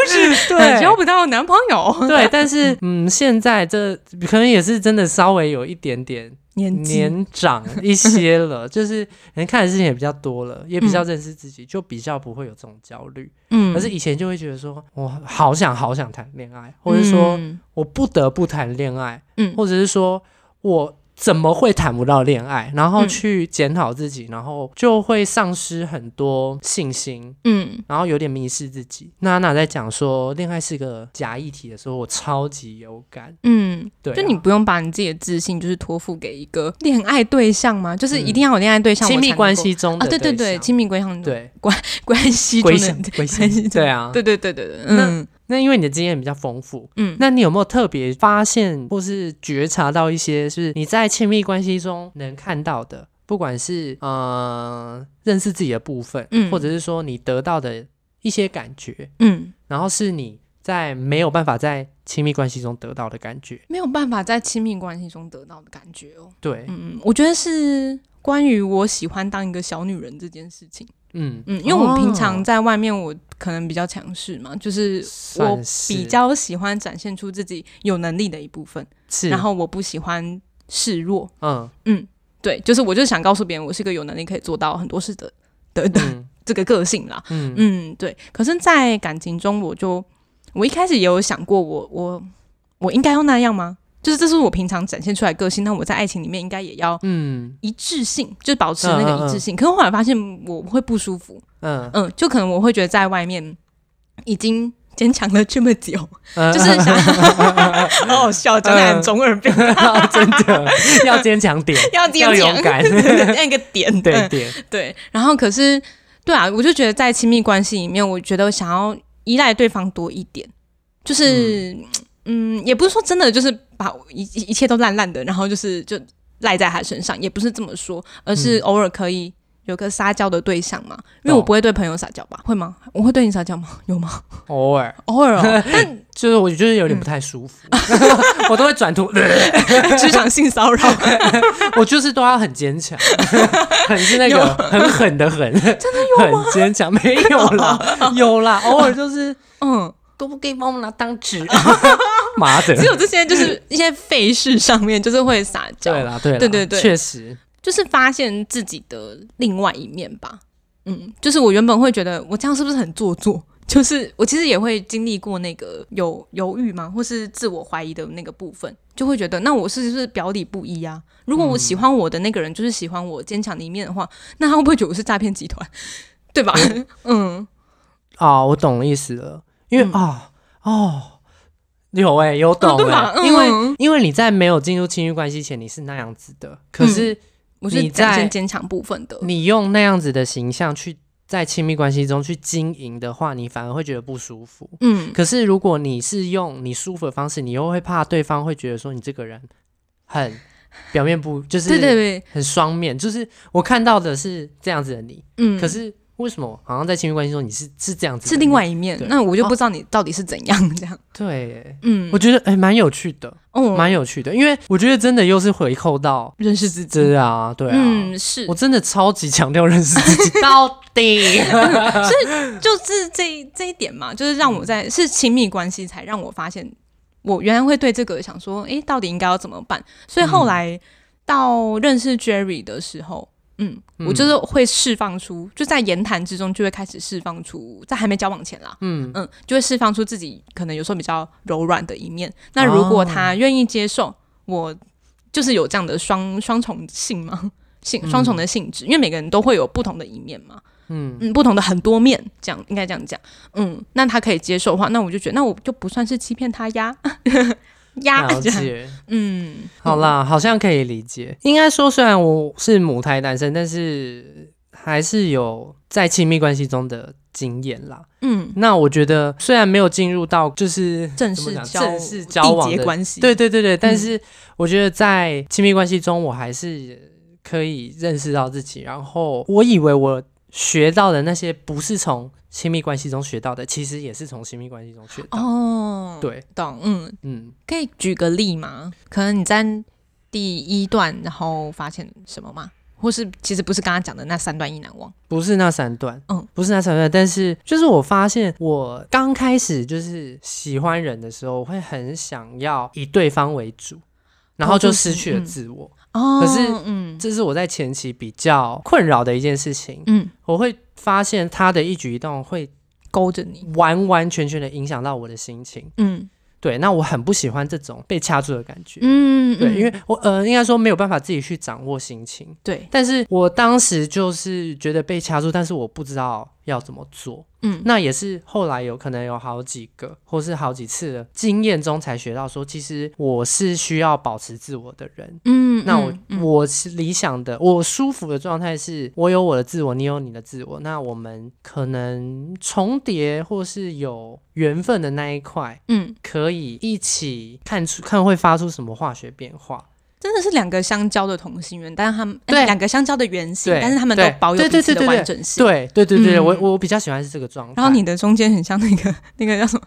Speaker 2: 是
Speaker 1: 对
Speaker 2: 交不到男朋友，
Speaker 1: 对。但是嗯，现在这可能也是真的稍微有一点点
Speaker 2: 年纪
Speaker 1: 年长一些 了，就是能看的事情也比较多了，也比较认识自己，就比较不会有这种焦虑。
Speaker 2: 嗯
Speaker 1: 可是以前就会觉得说，我好想好想谈恋爱，或者说
Speaker 2: 嗯
Speaker 1: 我不得不谈恋爱。
Speaker 2: 嗯
Speaker 1: 或者是说我怎么会谈不到恋爱，然后
Speaker 2: 嗯
Speaker 1: 去检讨自己，然后就会丧失很多信心，
Speaker 2: 嗯
Speaker 1: 然后有点迷失自己。娜娜在讲说恋爱是个假议题的时候，我超级有感。
Speaker 2: 嗯，
Speaker 1: 对啊、
Speaker 2: 就你不用把你自己的自信就是托付给一个恋爱对象吗？就是一定要有恋爱对象，
Speaker 1: 亲密
Speaker 2: 我才能够
Speaker 1: 关系中
Speaker 2: 啊，
Speaker 1: 的
Speaker 2: 对对
Speaker 1: 对
Speaker 2: 对，
Speaker 1: 象
Speaker 2: 亲密关系中的
Speaker 1: 对
Speaker 2: 关系中
Speaker 1: 归
Speaker 2: 的
Speaker 1: 心归
Speaker 2: 关系
Speaker 1: 心，
Speaker 2: 中
Speaker 1: 对啊。
Speaker 2: 对对对对对，嗯
Speaker 1: 那因为你的经验比较丰富，
Speaker 2: 嗯
Speaker 1: 那你有没有特别发现或是觉察到一些，就是你在亲密关系中能看到的，不管是呃认识自己的部分，
Speaker 2: 嗯
Speaker 1: 或者是说你得到的一些感觉，
Speaker 2: 嗯，
Speaker 1: 然后是你在没有办法在亲密关系中得到的感觉。
Speaker 2: 没有办法在亲密关系中得到的感觉哦。
Speaker 1: 对，
Speaker 2: 嗯，我觉得是关于我喜欢当一个小女人这件事情。
Speaker 1: 嗯
Speaker 2: 嗯，因为我平常
Speaker 1: 哦
Speaker 2: 在外面，我可能比较强势嘛，就是我
Speaker 1: 算是
Speaker 2: 比较喜欢展现出自己有能力的一部分，
Speaker 1: 是，
Speaker 2: 然后我不喜欢示弱。
Speaker 1: 嗯
Speaker 2: 对，就是我就是想告诉别人，我是个有能力可以做到很多事的的的
Speaker 1: 嗯
Speaker 2: 这个个性啦。
Speaker 1: 嗯
Speaker 2: 嗯，对。可是，在感情中，我就我一开始也有想过我，我我应该要那样吗？就是这是我平常展现出来的个性，那我在爱情里面应该也要
Speaker 1: 嗯
Speaker 2: 一致性，就是保持那个一致性。可是后来发现我会不舒服，
Speaker 1: 嗯，
Speaker 2: 嗯，就可能我会觉得在外面已经坚强了这么久，
Speaker 1: 嗯
Speaker 2: 就是想，好好笑，讲得很中二病，
Speaker 1: 真的要坚强点，
Speaker 2: 要坚
Speaker 1: 要勇
Speaker 2: 强，
Speaker 1: 敢，
Speaker 2: 那个点，
Speaker 1: 对
Speaker 2: 嗯
Speaker 1: 点，
Speaker 2: 对。然后可是，对啊，我就觉得在亲密关系里面，我觉得想要依赖对方多一点，就是嗯也不是说真的就是把一一一切都烂烂的，然后就是就赖在他身上，也不是这么说，而是偶尔可以。有个撒娇的对象嘛，因为
Speaker 1: 嗯
Speaker 2: 我
Speaker 1: 懂
Speaker 2: 不会对朋友撒娇吧？会吗？我会对你撒娇吗？有吗？
Speaker 1: 偶尔
Speaker 2: 偶尔 哦，但
Speaker 1: 就是我觉得有点不太舒服，
Speaker 2: 嗯
Speaker 1: 我都会转头，
Speaker 2: 职场性骚扰
Speaker 1: 我就是都要很坚强， 很是那个很狠的狠，真的有 很坚强，没有 啦，有啦，偶尔就是
Speaker 2: 嗯，
Speaker 1: 都不可以把我们拿当纸，
Speaker 3: 呃
Speaker 1: 妈的
Speaker 2: 只，有这些就是一些费事上面就是会撒娇
Speaker 1: 对，啦对啦
Speaker 2: 对对对
Speaker 1: 确实，
Speaker 2: 就是发现自己的另外一面吧。嗯，就是我原本会觉得我这样是不是很做作？ 就是我其实也会经历过那个有犹豫嘛，或是自我怀疑的那个部分，就会觉得那我是不是表里不一啊？如果我喜欢我的那个人就是喜欢我坚强的一面的话，那他会不会觉得我是诈骗集团？ 对吧？ 嗯，
Speaker 1: 哦，我懂意思了，因为
Speaker 2: 嗯
Speaker 1: 啊、哦，有哎、有懂
Speaker 2: 哦 对
Speaker 1: 哎、
Speaker 2: 吧嗯
Speaker 1: 因为因为你在没有进入亲密关系前你是那样子的，可
Speaker 2: 嗯
Speaker 1: 是
Speaker 2: 我是
Speaker 1: 你
Speaker 2: 展
Speaker 1: 在
Speaker 2: 现坚强部分的。
Speaker 1: 你用那样子的形象去在亲密关系中去经营的话，你反而会觉得不舒服。
Speaker 2: 嗯，
Speaker 1: 可是如果你是用你舒服的方式，你又会怕对方会觉得说你这个人很表面不就是
Speaker 2: 对对对，
Speaker 1: 很双面，就是我看到的是这样子的你，
Speaker 2: 嗯，
Speaker 1: 可是为什么好像在亲密关系中你是是这样子的你？
Speaker 2: 是另外一面
Speaker 1: 对，哦
Speaker 2: 那我就不知道你到底是怎样这样。
Speaker 1: 对，
Speaker 2: 嗯，
Speaker 1: 我觉得哎蛮、有趣的，
Speaker 2: 哦
Speaker 1: 蛮有趣的，因为我觉得真的又是回扣到
Speaker 2: 认识自己，
Speaker 1: 这啊，对啊，
Speaker 2: 嗯，是
Speaker 1: 我，真的超级强调认识自 己到 底，
Speaker 2: 就是这这一点嘛，就是让我
Speaker 1: 嗯
Speaker 2: 在是亲密关系才让我发现，我原来会对这个想说，诶，到底应该要怎么办？所以
Speaker 1: 嗯
Speaker 2: 后来到认识 Jerry 的时候。嗯，我就是会释放出，就在言谈之中就会开始释放出，在还没交往前啦，
Speaker 1: 嗯，
Speaker 2: 嗯，就会释放出自己可能有时候比较柔软的一面。那如
Speaker 1: 哦
Speaker 2: 果他愿意接受，我就是有这样的双双重性嘛，性双重的性质，因为每个人都会有不同的一面嘛，
Speaker 1: 嗯
Speaker 2: 嗯，不同的很多面，这样应该这样讲，嗯，那他可以接受的话，那我就觉得那我就不算是欺骗他呀， 呀，
Speaker 1: 了
Speaker 2: 这样
Speaker 1: 解。
Speaker 2: 嗯，
Speaker 1: 好啦，好像可以理解。应该说，虽然我是母胎单身，但是还是有在亲密关系中的经验啦。
Speaker 2: 嗯，
Speaker 1: 那我觉得，虽然没有进入到就是
Speaker 2: 正
Speaker 1: 怎么
Speaker 2: 式
Speaker 1: 讲
Speaker 2: 交
Speaker 1: 正式交往
Speaker 2: 缔结
Speaker 1: 的
Speaker 2: 关系，
Speaker 1: 对对对对，但是我觉得在亲密关系中，我还是可以认识到自己。然后我以为我学到的那些不是从亲密关系中学到的，其实也是从亲密关系中学到。
Speaker 2: 哦，
Speaker 1: 对，
Speaker 2: 懂，嗯，
Speaker 1: 嗯，
Speaker 2: 可以举个例吗？可能你在第一段，然后发现什么吗？或是其实不是刚刚讲的那三段意难忘？
Speaker 1: 不是那三段，
Speaker 2: 嗯
Speaker 1: 嗯，不是那三段，但是就是我发现，我刚开始就是喜欢人的时候，我会很想要以对方为主，然后就失去了自我。
Speaker 2: 哦
Speaker 1: 可是
Speaker 2: 嗯
Speaker 1: 这是我在前期比较困扰的一件事情。
Speaker 2: 嗯，
Speaker 1: 我会发现他的一举一动会
Speaker 2: 勾着你，
Speaker 1: 完完全全的影响到我的心情。
Speaker 2: 嗯
Speaker 1: 对，那我很不喜欢这种被掐住的感觉。
Speaker 2: 嗯
Speaker 1: 对，因为我呃，应该说没有办法自己去掌握心情，
Speaker 2: 对，
Speaker 1: 但是我当时就是觉得被掐住，但是我不知道要怎么做。
Speaker 2: 嗯
Speaker 1: 那也是后来有可能有好几个或是好几次的经验中才学到说，其实我是需要保持自我的人。
Speaker 2: 嗯
Speaker 1: 那我、
Speaker 2: 嗯
Speaker 1: 我是理想的，我舒服的状态是，我有我的自我，你有你的自我。那我们可能重叠，或是有缘分的那一块，
Speaker 2: 嗯，
Speaker 1: 可以一起看出看会发出什么化学变化。
Speaker 2: 真的是两个相交的同心圆，但是他们
Speaker 1: 对
Speaker 2: 哎两个相交的圆形，
Speaker 1: 对
Speaker 2: 但是他们都
Speaker 1: 对
Speaker 2: 保有
Speaker 1: 对
Speaker 2: 彼
Speaker 1: 对
Speaker 2: 此的
Speaker 1: 对对
Speaker 2: 完整性。
Speaker 1: 对对对对，
Speaker 2: 嗯
Speaker 1: 我我比较喜欢是这个状态。
Speaker 2: 然后你的中间很像那个 那个 叫什么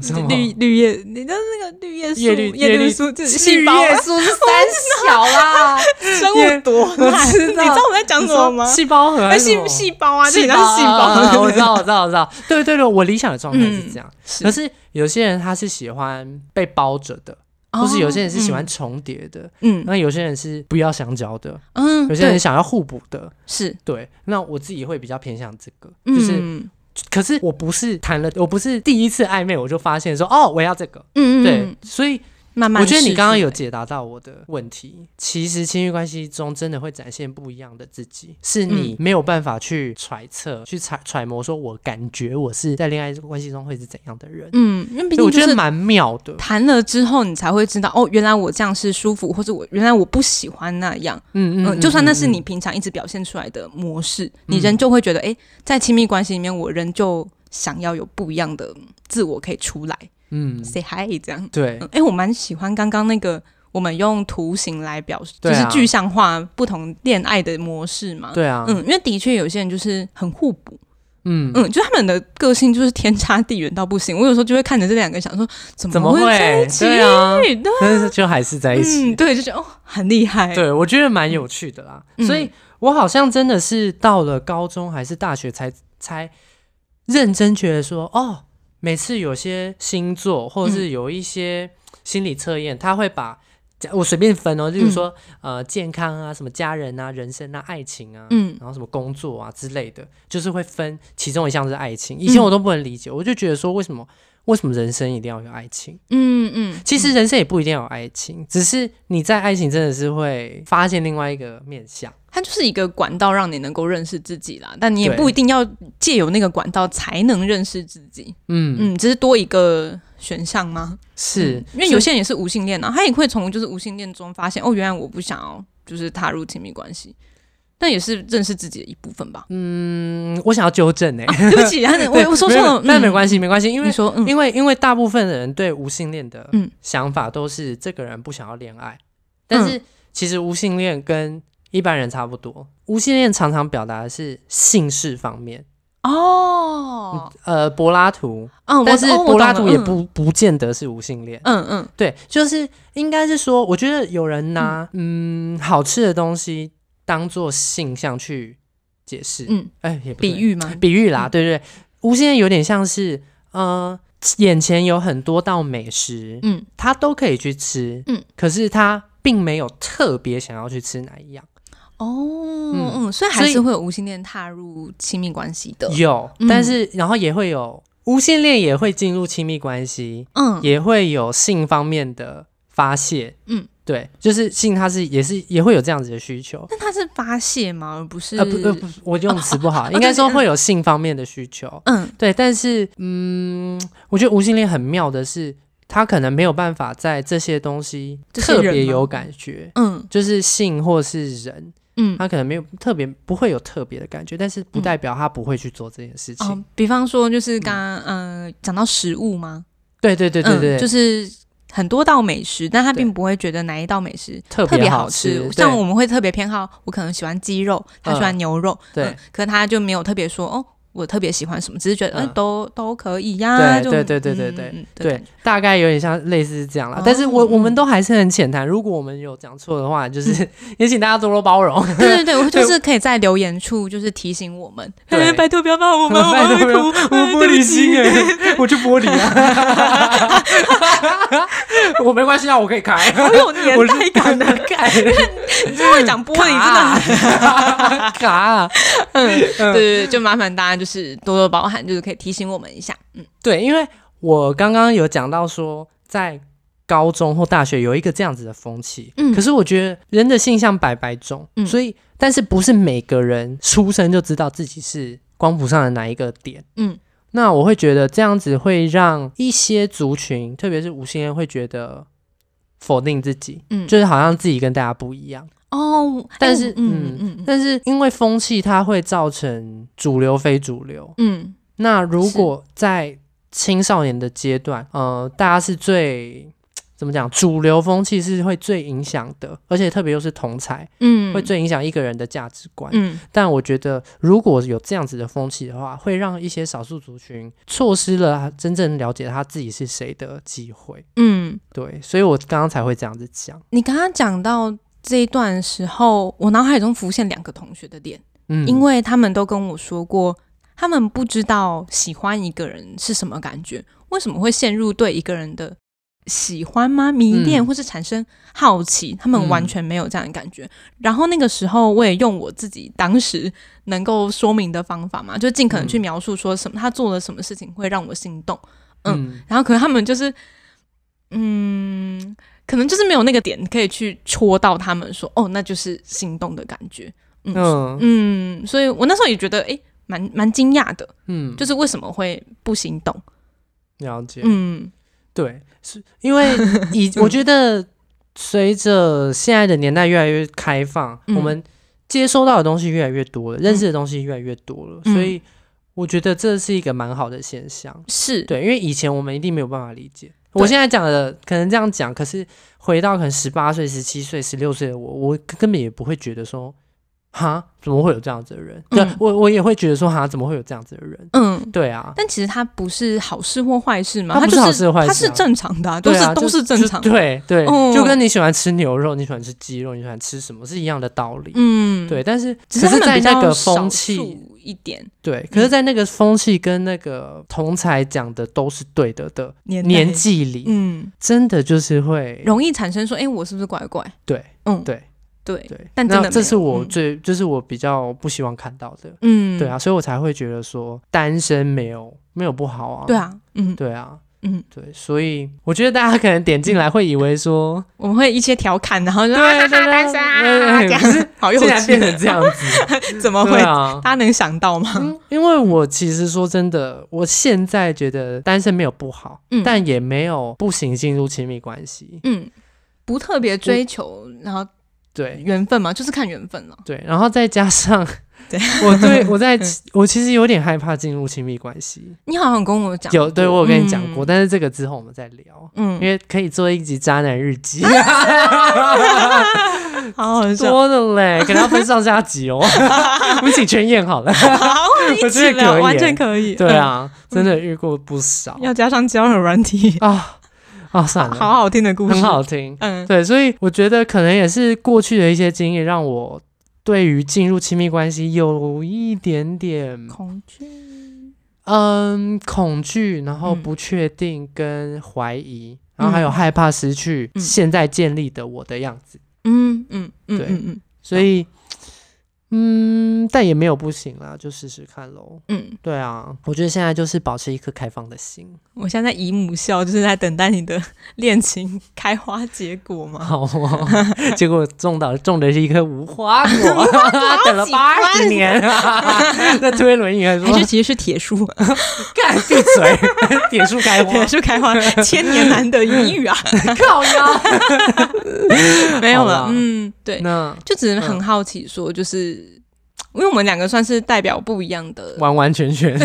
Speaker 1: 什么
Speaker 2: 绿绿叶，你的那个绿叶素、
Speaker 1: 叶绿叶
Speaker 2: 叶绿
Speaker 1: 绿
Speaker 2: 素就是
Speaker 1: 绿
Speaker 2: 细胞啊
Speaker 1: 叶素是三小 啦，
Speaker 2: 生物多
Speaker 1: 我
Speaker 2: 烂
Speaker 1: 知
Speaker 2: 你知
Speaker 1: 道
Speaker 2: 道我在讲
Speaker 1: 你
Speaker 2: 什
Speaker 1: 说
Speaker 2: 么吗？
Speaker 1: 细胞核
Speaker 2: 哎
Speaker 1: 还是什
Speaker 2: 细
Speaker 1: 么
Speaker 2: 细胞啊，
Speaker 1: 细
Speaker 2: 这
Speaker 1: 胞
Speaker 2: 个是细
Speaker 1: 啊
Speaker 2: 胞，嗯
Speaker 1: 我知道，我知道，我知道。对对对，我理想的状态是这样。
Speaker 2: 是
Speaker 1: 可是有些人他是喜欢被包着的，或是有些人是喜欢，重叠的，
Speaker 2: 嗯
Speaker 1: 那有些人是不要相交的，
Speaker 2: 嗯，
Speaker 1: 有些人
Speaker 2: 对
Speaker 1: 想要互补的。
Speaker 2: 是，
Speaker 1: 对，那我自己会比较偏向这个，就是，
Speaker 2: 嗯
Speaker 1: 可是我不是谈了，我不是第一次暧昧我就发现说，哦，我要这个。
Speaker 2: 嗯，
Speaker 1: 对
Speaker 2: 嗯，
Speaker 1: 所以
Speaker 2: 慢慢，
Speaker 1: 我觉得你刚刚有，解答到我的问题。其实亲密关系中真的会展现不一样的自己，是
Speaker 2: 嗯
Speaker 1: 你没有办法去揣测、去揣揣摩，说我感觉我是在恋爱关系中会是怎样的人。
Speaker 2: 嗯，因为
Speaker 1: 所以
Speaker 2: 毕竟
Speaker 1: 我觉
Speaker 2: 就
Speaker 1: 得
Speaker 2: 是
Speaker 1: 蛮妙的。
Speaker 2: 谈了之后，你才会知道，哦，原来我这样是舒服，或者我原来我不喜欢那样，
Speaker 1: 嗯
Speaker 2: 嗯，就算那是你平常一直表现出来的模式，你仍旧会觉得，哎，在亲密关系里面，我仍旧想要有不一样的自我可以出来
Speaker 1: 嗯，
Speaker 2: ，say hi 这样。
Speaker 1: 对
Speaker 2: 哎、我蛮喜欢刚刚那个，我们用图形来表示，就
Speaker 1: 对
Speaker 2: 是
Speaker 1: 啊
Speaker 2: 具象化不同恋爱的模式嘛。、
Speaker 1: 对啊，
Speaker 2: 嗯，因为的确有些人就是很互补，
Speaker 1: 嗯，
Speaker 2: 嗯，就他们的个性就是天差地远到不行。我有时候就会看着这两个想说，怎
Speaker 1: 怎
Speaker 2: 么
Speaker 1: 么
Speaker 2: 会在
Speaker 1: 会
Speaker 2: 一？起？
Speaker 1: 对啊，
Speaker 2: 对，对
Speaker 1: 但是就还是在一
Speaker 2: 嗯，
Speaker 1: 起。
Speaker 2: 对，就觉得哦，很厉害。
Speaker 1: 对，我觉得蛮有趣的啦。
Speaker 2: 嗯
Speaker 1: 所以我好像真的是到了高中还是大学才才认真觉得说，哦，每次有些星座或
Speaker 2: 嗯
Speaker 1: 者是有一些心理测验，他会把我随便分哦，例如
Speaker 2: 嗯
Speaker 1: 说、呃健康啊、什么家人啊、人生啊、爱情啊，
Speaker 2: 嗯
Speaker 1: 然后什么工作啊之类的，就是会分其中一项是爱情。以
Speaker 2: 嗯
Speaker 1: 前我都不能理解，我就觉得说为什么为什么人生一定要有爱情？
Speaker 2: 嗯嗯，
Speaker 1: 其实人生也不一定要有爱情，只是你在爱情真的是会发现另外一个面相。
Speaker 2: 它就是一个管道，让你能够认识自己啦。但你也
Speaker 1: 对
Speaker 2: 不一定要借由那个管道才能认识自己。
Speaker 1: 嗯，
Speaker 2: 嗯，只是多一个选项吗？嗯
Speaker 1: 是
Speaker 2: 因为有
Speaker 1: 所
Speaker 2: 些人也是无性恋啊，他也会从就是无性恋中发现，哦，原来我不想要就是踏入亲密关系，但也是认识自己的一部分吧。
Speaker 1: 以嗯，我想要纠正哎、欸，
Speaker 2: 对不 起，啊我我说错了，
Speaker 1: 那没关
Speaker 2: 系，
Speaker 1: 系，没关系，因为
Speaker 2: 你说嗯
Speaker 1: 因为因为大部分的人对无性恋的
Speaker 2: 嗯
Speaker 1: 想法都是这个人不想要恋爱，但是其实无性恋跟一般人差不多，无性恋常常表达的是性事方面，
Speaker 2: 哦，
Speaker 1: 呃，柏拉图，
Speaker 2: 嗯，
Speaker 1: 但是
Speaker 2: 我
Speaker 1: 柏拉图也，
Speaker 2: 哦
Speaker 1: 不不见得是无性恋。
Speaker 2: 我懂了嗯嗯
Speaker 1: 对，就是应该是说，我觉得有人拿嗯好吃的东西当做性向去解释，
Speaker 2: 嗯，
Speaker 1: 哎、也不对
Speaker 2: 比喻嗯吗？
Speaker 1: 比喻啦，对对对，无性恋有点像是呃，眼前有很多道美食，
Speaker 2: 嗯，
Speaker 1: 他都可以去吃，
Speaker 2: 嗯，
Speaker 1: 可是他并没有特别想要去吃哪一样，
Speaker 2: 哦，
Speaker 1: 嗯
Speaker 2: 嗯，所以还
Speaker 1: 所以
Speaker 2: 是会有无性恋踏入亲密关系的，
Speaker 1: 有，
Speaker 2: 嗯
Speaker 1: 但是然后也会有无性恋也会进入亲密关系，
Speaker 2: 嗯，
Speaker 1: 也会有性方面的发泄，
Speaker 2: 嗯，
Speaker 1: 对，就是性它是也是也会有这样子的需求。
Speaker 2: 但它是发泄吗？而不是，
Speaker 1: 呃不呃不，我用词不好，
Speaker 2: 哦
Speaker 1: 应该说
Speaker 2: 对
Speaker 1: 会有性方面的需求。
Speaker 2: 嗯
Speaker 1: 对，但是嗯，我觉得无性恋很妙的是，他可能没有办法在这些东西
Speaker 2: 这些人
Speaker 1: 特
Speaker 2: 吗
Speaker 1: 别有感觉，
Speaker 2: 嗯
Speaker 1: 就是性或是人，
Speaker 2: 嗯，
Speaker 1: 他可能没有特别不会有特别的感觉，但是不
Speaker 2: 嗯
Speaker 1: 代表他不会去做这件事情。
Speaker 2: 哦，比方说就是刚刚嗯讲到食物吗？
Speaker 1: 对对对对对，
Speaker 2: 嗯就是很多道美食，但他
Speaker 1: 对
Speaker 2: 并不会觉得哪一道美食
Speaker 1: 特
Speaker 2: 特别
Speaker 1: 好
Speaker 2: 好吃。
Speaker 1: 对
Speaker 2: 像我们会特别偏好，我可能喜欢鸡肉，他喜欢牛肉，
Speaker 1: 对
Speaker 2: 嗯可他就没有特别说哦，我特别喜欢什么，只是觉得、
Speaker 1: 嗯
Speaker 2: 呃都都可以呀、
Speaker 1: 对
Speaker 2: 就
Speaker 1: 对对对对
Speaker 2: 嗯
Speaker 1: 对
Speaker 2: 嗯的
Speaker 1: 对
Speaker 2: 感觉，
Speaker 1: 大概有点像类似这样啦。但是我
Speaker 2: 哦
Speaker 1: 我们都还是很浅谈，如果我们有讲错的话，就是 也请大家多多包容。
Speaker 2: 嗯 对对对，我就是可以在留言处就是提醒我 们，
Speaker 1: 对
Speaker 2: 哎 拜托不要骂我们，
Speaker 1: 拜托不
Speaker 2: 我们
Speaker 1: 要
Speaker 2: 会哭，
Speaker 1: 我玻璃心哎、 我去玻璃啊！ 我没关系啊，我可以 开，
Speaker 2: 好有年
Speaker 1: 我
Speaker 2: 代
Speaker 1: 是
Speaker 2: 感的，嗯
Speaker 1: 开
Speaker 2: 你真的讲玻璃真的很
Speaker 1: 的卡。啊
Speaker 2: 对对对，就麻烦大家就是多多包涵，就是可以提醒我们一下。嗯
Speaker 1: 对，因为我刚刚有讲到说，在高中或大学有一个这样子的风气，
Speaker 2: 嗯
Speaker 1: 可是我觉得人的性向百百种，
Speaker 2: 嗯
Speaker 1: 所以但是不是每个人出生就知道自己是光谱上的哪一个点，
Speaker 2: 嗯，
Speaker 1: 那我会觉得这样子会让一些族群，特别是无性恋，会觉得否定自己，
Speaker 2: 嗯，
Speaker 1: 就是好像自己跟大家不一样。
Speaker 2: 哦，
Speaker 1: 但是
Speaker 2: 哎嗯嗯
Speaker 1: 但是因为风气它会造成主流非主流，
Speaker 2: 嗯
Speaker 1: 那如果在青少年的阶段，呃，大家是最怎么讲，主流风气是会最影响的，而且特别又是同才，
Speaker 2: 嗯，
Speaker 1: 会最影响一个人的价值观。
Speaker 2: 嗯
Speaker 1: 但我觉得，如果有这样子的风气的话，会让一些少数族群错失了真正了解他自己是谁的机会。
Speaker 2: 嗯，
Speaker 1: 对，所以我刚刚才会这样子讲。
Speaker 2: 你刚刚讲到这一段时候，我脑海中浮现两个同学的脸，
Speaker 1: 嗯，
Speaker 2: 因为他们都跟我说过，他们不知道喜欢一个人是什么感觉，为什么会陷入对一个人的喜欢吗？迷恋
Speaker 1: 嗯
Speaker 2: 或是产生好奇，他们完
Speaker 1: 嗯
Speaker 2: 全没有这样的感觉。然后那个时候，我也用我自己当时能够说明的方法嘛，就尽可能去
Speaker 1: 嗯
Speaker 2: 描述说什么他做了什么事情会让我心动。
Speaker 1: 嗯
Speaker 2: 然后可能他们就是，嗯，可能就是没有那个点可以去戳到他们说，哦，那就是心动的感觉。嗯
Speaker 1: 嗯
Speaker 2: 嗯，所以我那时候也觉得，诶，蛮蛮惊讶的，
Speaker 1: 嗯，
Speaker 2: 就是为什么会不心动？
Speaker 1: 了解。
Speaker 2: 嗯
Speaker 1: 对，是因为 以我觉得随着现在的年代越来越开放，
Speaker 2: 嗯
Speaker 1: 我们接收到的东西越来越多了，认识的东西越来越多了，
Speaker 2: 嗯
Speaker 1: 所以我觉得这是一个蛮好的现象。
Speaker 2: 是，
Speaker 1: 对，因为以前我们一定没有办法理解。
Speaker 2: 对
Speaker 1: 我现在讲的可能这样讲，可是回到可能十八岁、十七岁、十六岁的我，我根本也不会觉得说，哈，怎么会有这样子的人？对
Speaker 2: 嗯
Speaker 1: 我我也会觉得说，哈，怎么会有这样子的人？
Speaker 2: 嗯。
Speaker 1: 对啊，
Speaker 2: 但其实它不是好事或坏事嘛，
Speaker 1: 它
Speaker 2: 它
Speaker 1: 不
Speaker 2: 就是
Speaker 1: 好事或坏事啊
Speaker 2: 它是正常的、啊，都
Speaker 1: 对
Speaker 2: 是、
Speaker 1: 啊，
Speaker 2: 都
Speaker 1: 就是
Speaker 2: 正
Speaker 1: 就
Speaker 2: 常的。
Speaker 1: 对对、
Speaker 2: 嗯
Speaker 1: 就跟你喜欢吃牛肉，你喜欢吃鸡肉，你喜欢吃什么是一样的道理。
Speaker 2: 嗯，
Speaker 1: 对，，但是
Speaker 2: 只
Speaker 1: 可
Speaker 2: 他
Speaker 1: 是
Speaker 2: 们
Speaker 1: 在
Speaker 2: 比
Speaker 1: 那
Speaker 2: 较
Speaker 1: 个
Speaker 2: 少
Speaker 1: 风气，
Speaker 2: 数嗯一点
Speaker 1: 对，可是在那个风气跟那个同才讲的都是对的的
Speaker 2: 年代
Speaker 1: 年，纪里，
Speaker 2: 嗯，
Speaker 1: 真的就是会
Speaker 2: 容易产生说，诶，我是不是怪怪？
Speaker 1: 对
Speaker 2: 嗯，
Speaker 1: 对
Speaker 2: 对，
Speaker 1: 对。
Speaker 2: 但真
Speaker 1: 那
Speaker 2: 的
Speaker 1: 这
Speaker 2: 没
Speaker 1: 是
Speaker 2: 有
Speaker 1: 我
Speaker 2: 嗯
Speaker 1: 最、就是我比较不希望看到的，
Speaker 2: 嗯，
Speaker 1: 对啊，，所以我才会觉得说单身没有没有不好啊，
Speaker 2: 对，啊，嗯
Speaker 1: 对啊，
Speaker 2: 嗯，
Speaker 1: 对，所以我觉得大家可能点进来会以为 说。
Speaker 2: 我们会一些调侃，然后就
Speaker 1: 对对对，
Speaker 3: 单身啊
Speaker 1: 对对对
Speaker 3: 这样
Speaker 1: 可是
Speaker 2: 好幼
Speaker 1: 竟然变
Speaker 2: 稚，
Speaker 1: 成这样子，
Speaker 2: 怎么会
Speaker 1: 对？啊。
Speaker 2: 大家能想到吗？
Speaker 1: 嗯因为我其实说真的，我现在觉得单身没有不好，
Speaker 2: 嗯
Speaker 1: 但也没有不行进入亲密关系。
Speaker 2: 嗯，不特别追求，然后
Speaker 1: 对
Speaker 2: 缘分嘛，就是看缘分了。
Speaker 1: 对，然后再加上
Speaker 2: 对，
Speaker 1: 我对我在我其实有点害怕进入亲密关系。
Speaker 2: 你好像跟我讲过，
Speaker 1: 有，对我有跟你讲过，
Speaker 2: 嗯
Speaker 1: 但是这个之后我们再聊，
Speaker 2: 嗯
Speaker 1: 因为可以做一集渣男日记。
Speaker 2: 好好 笑。
Speaker 1: 多的嘞，可能要分上下集哦。 我们请全演 好了。
Speaker 2: 好，我们一起
Speaker 1: 我觉得可
Speaker 2: 聊，
Speaker 1: 以
Speaker 2: 完全可以。
Speaker 1: 对啊，真的遇过不少
Speaker 2: 嗯，要加上交友软体，
Speaker 1: 啊啊，算了，
Speaker 2: 好好听的故事，
Speaker 1: 很好听。
Speaker 2: 嗯，
Speaker 1: 对，所以我觉得可能也是过去的一些经验，让我对于进入亲密关系有一点点
Speaker 2: 恐惧，
Speaker 1: 嗯恐惧，然后
Speaker 2: 嗯
Speaker 1: 不确定跟怀疑，然后还有害怕失去
Speaker 2: 嗯
Speaker 1: 现在建立的我的样子。
Speaker 2: 嗯嗯嗯
Speaker 1: 对
Speaker 2: 嗯嗯
Speaker 1: 所以，嗯，但也没有不行啦，就试试看喽。
Speaker 2: 嗯，
Speaker 1: 对啊，我觉得现在就是保持一颗开放的心。
Speaker 2: 我现在在姨母笑，就是在等待你的恋情开花结果嘛。
Speaker 1: 好 哦，结果种到种的是一颗无花果， 等了八十年 啊！那推轮椅还说
Speaker 2: 还是其实是铁树，
Speaker 1: 干闭嘴， 点数开花
Speaker 2: 铁，树开花，千年难得一遇啊！
Speaker 1: 靠腰。
Speaker 2: 没有
Speaker 1: 好
Speaker 2: 了
Speaker 1: 啦，
Speaker 2: 嗯，对，
Speaker 1: 那
Speaker 2: 就只是
Speaker 1: 嗯
Speaker 2: 很好奇说，就是因为我们两个算是代表不一样的
Speaker 1: 完完全 全，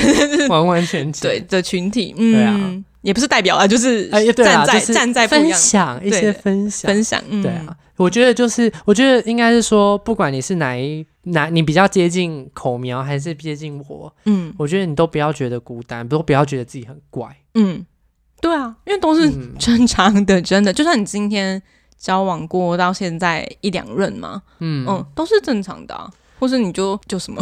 Speaker 1: 完完全全，
Speaker 2: 对的群体，嗯，
Speaker 1: 对啊
Speaker 2: 也不是代表啊，就是
Speaker 1: 哎，对啊，
Speaker 2: 站在
Speaker 1: 就是
Speaker 2: 站在不一
Speaker 1: 分
Speaker 2: 样
Speaker 1: 享一
Speaker 2: 对
Speaker 1: 些
Speaker 2: 的
Speaker 1: 分享，
Speaker 2: 分享，嗯
Speaker 1: 对啊，，我觉得就是，我觉得应该是说，不管你是哪一哪，你比较接近口苗还是接近我，
Speaker 2: 嗯
Speaker 1: 我觉得你都不要觉得孤单，都不要觉得自己很 怪。
Speaker 2: 嗯，对啊，因为都是
Speaker 1: 嗯
Speaker 2: 正常的， 真的，就算你今天交往过到现在一两任嘛，
Speaker 1: 嗯，
Speaker 2: 嗯，都是正常的、啊。或是你就就什么，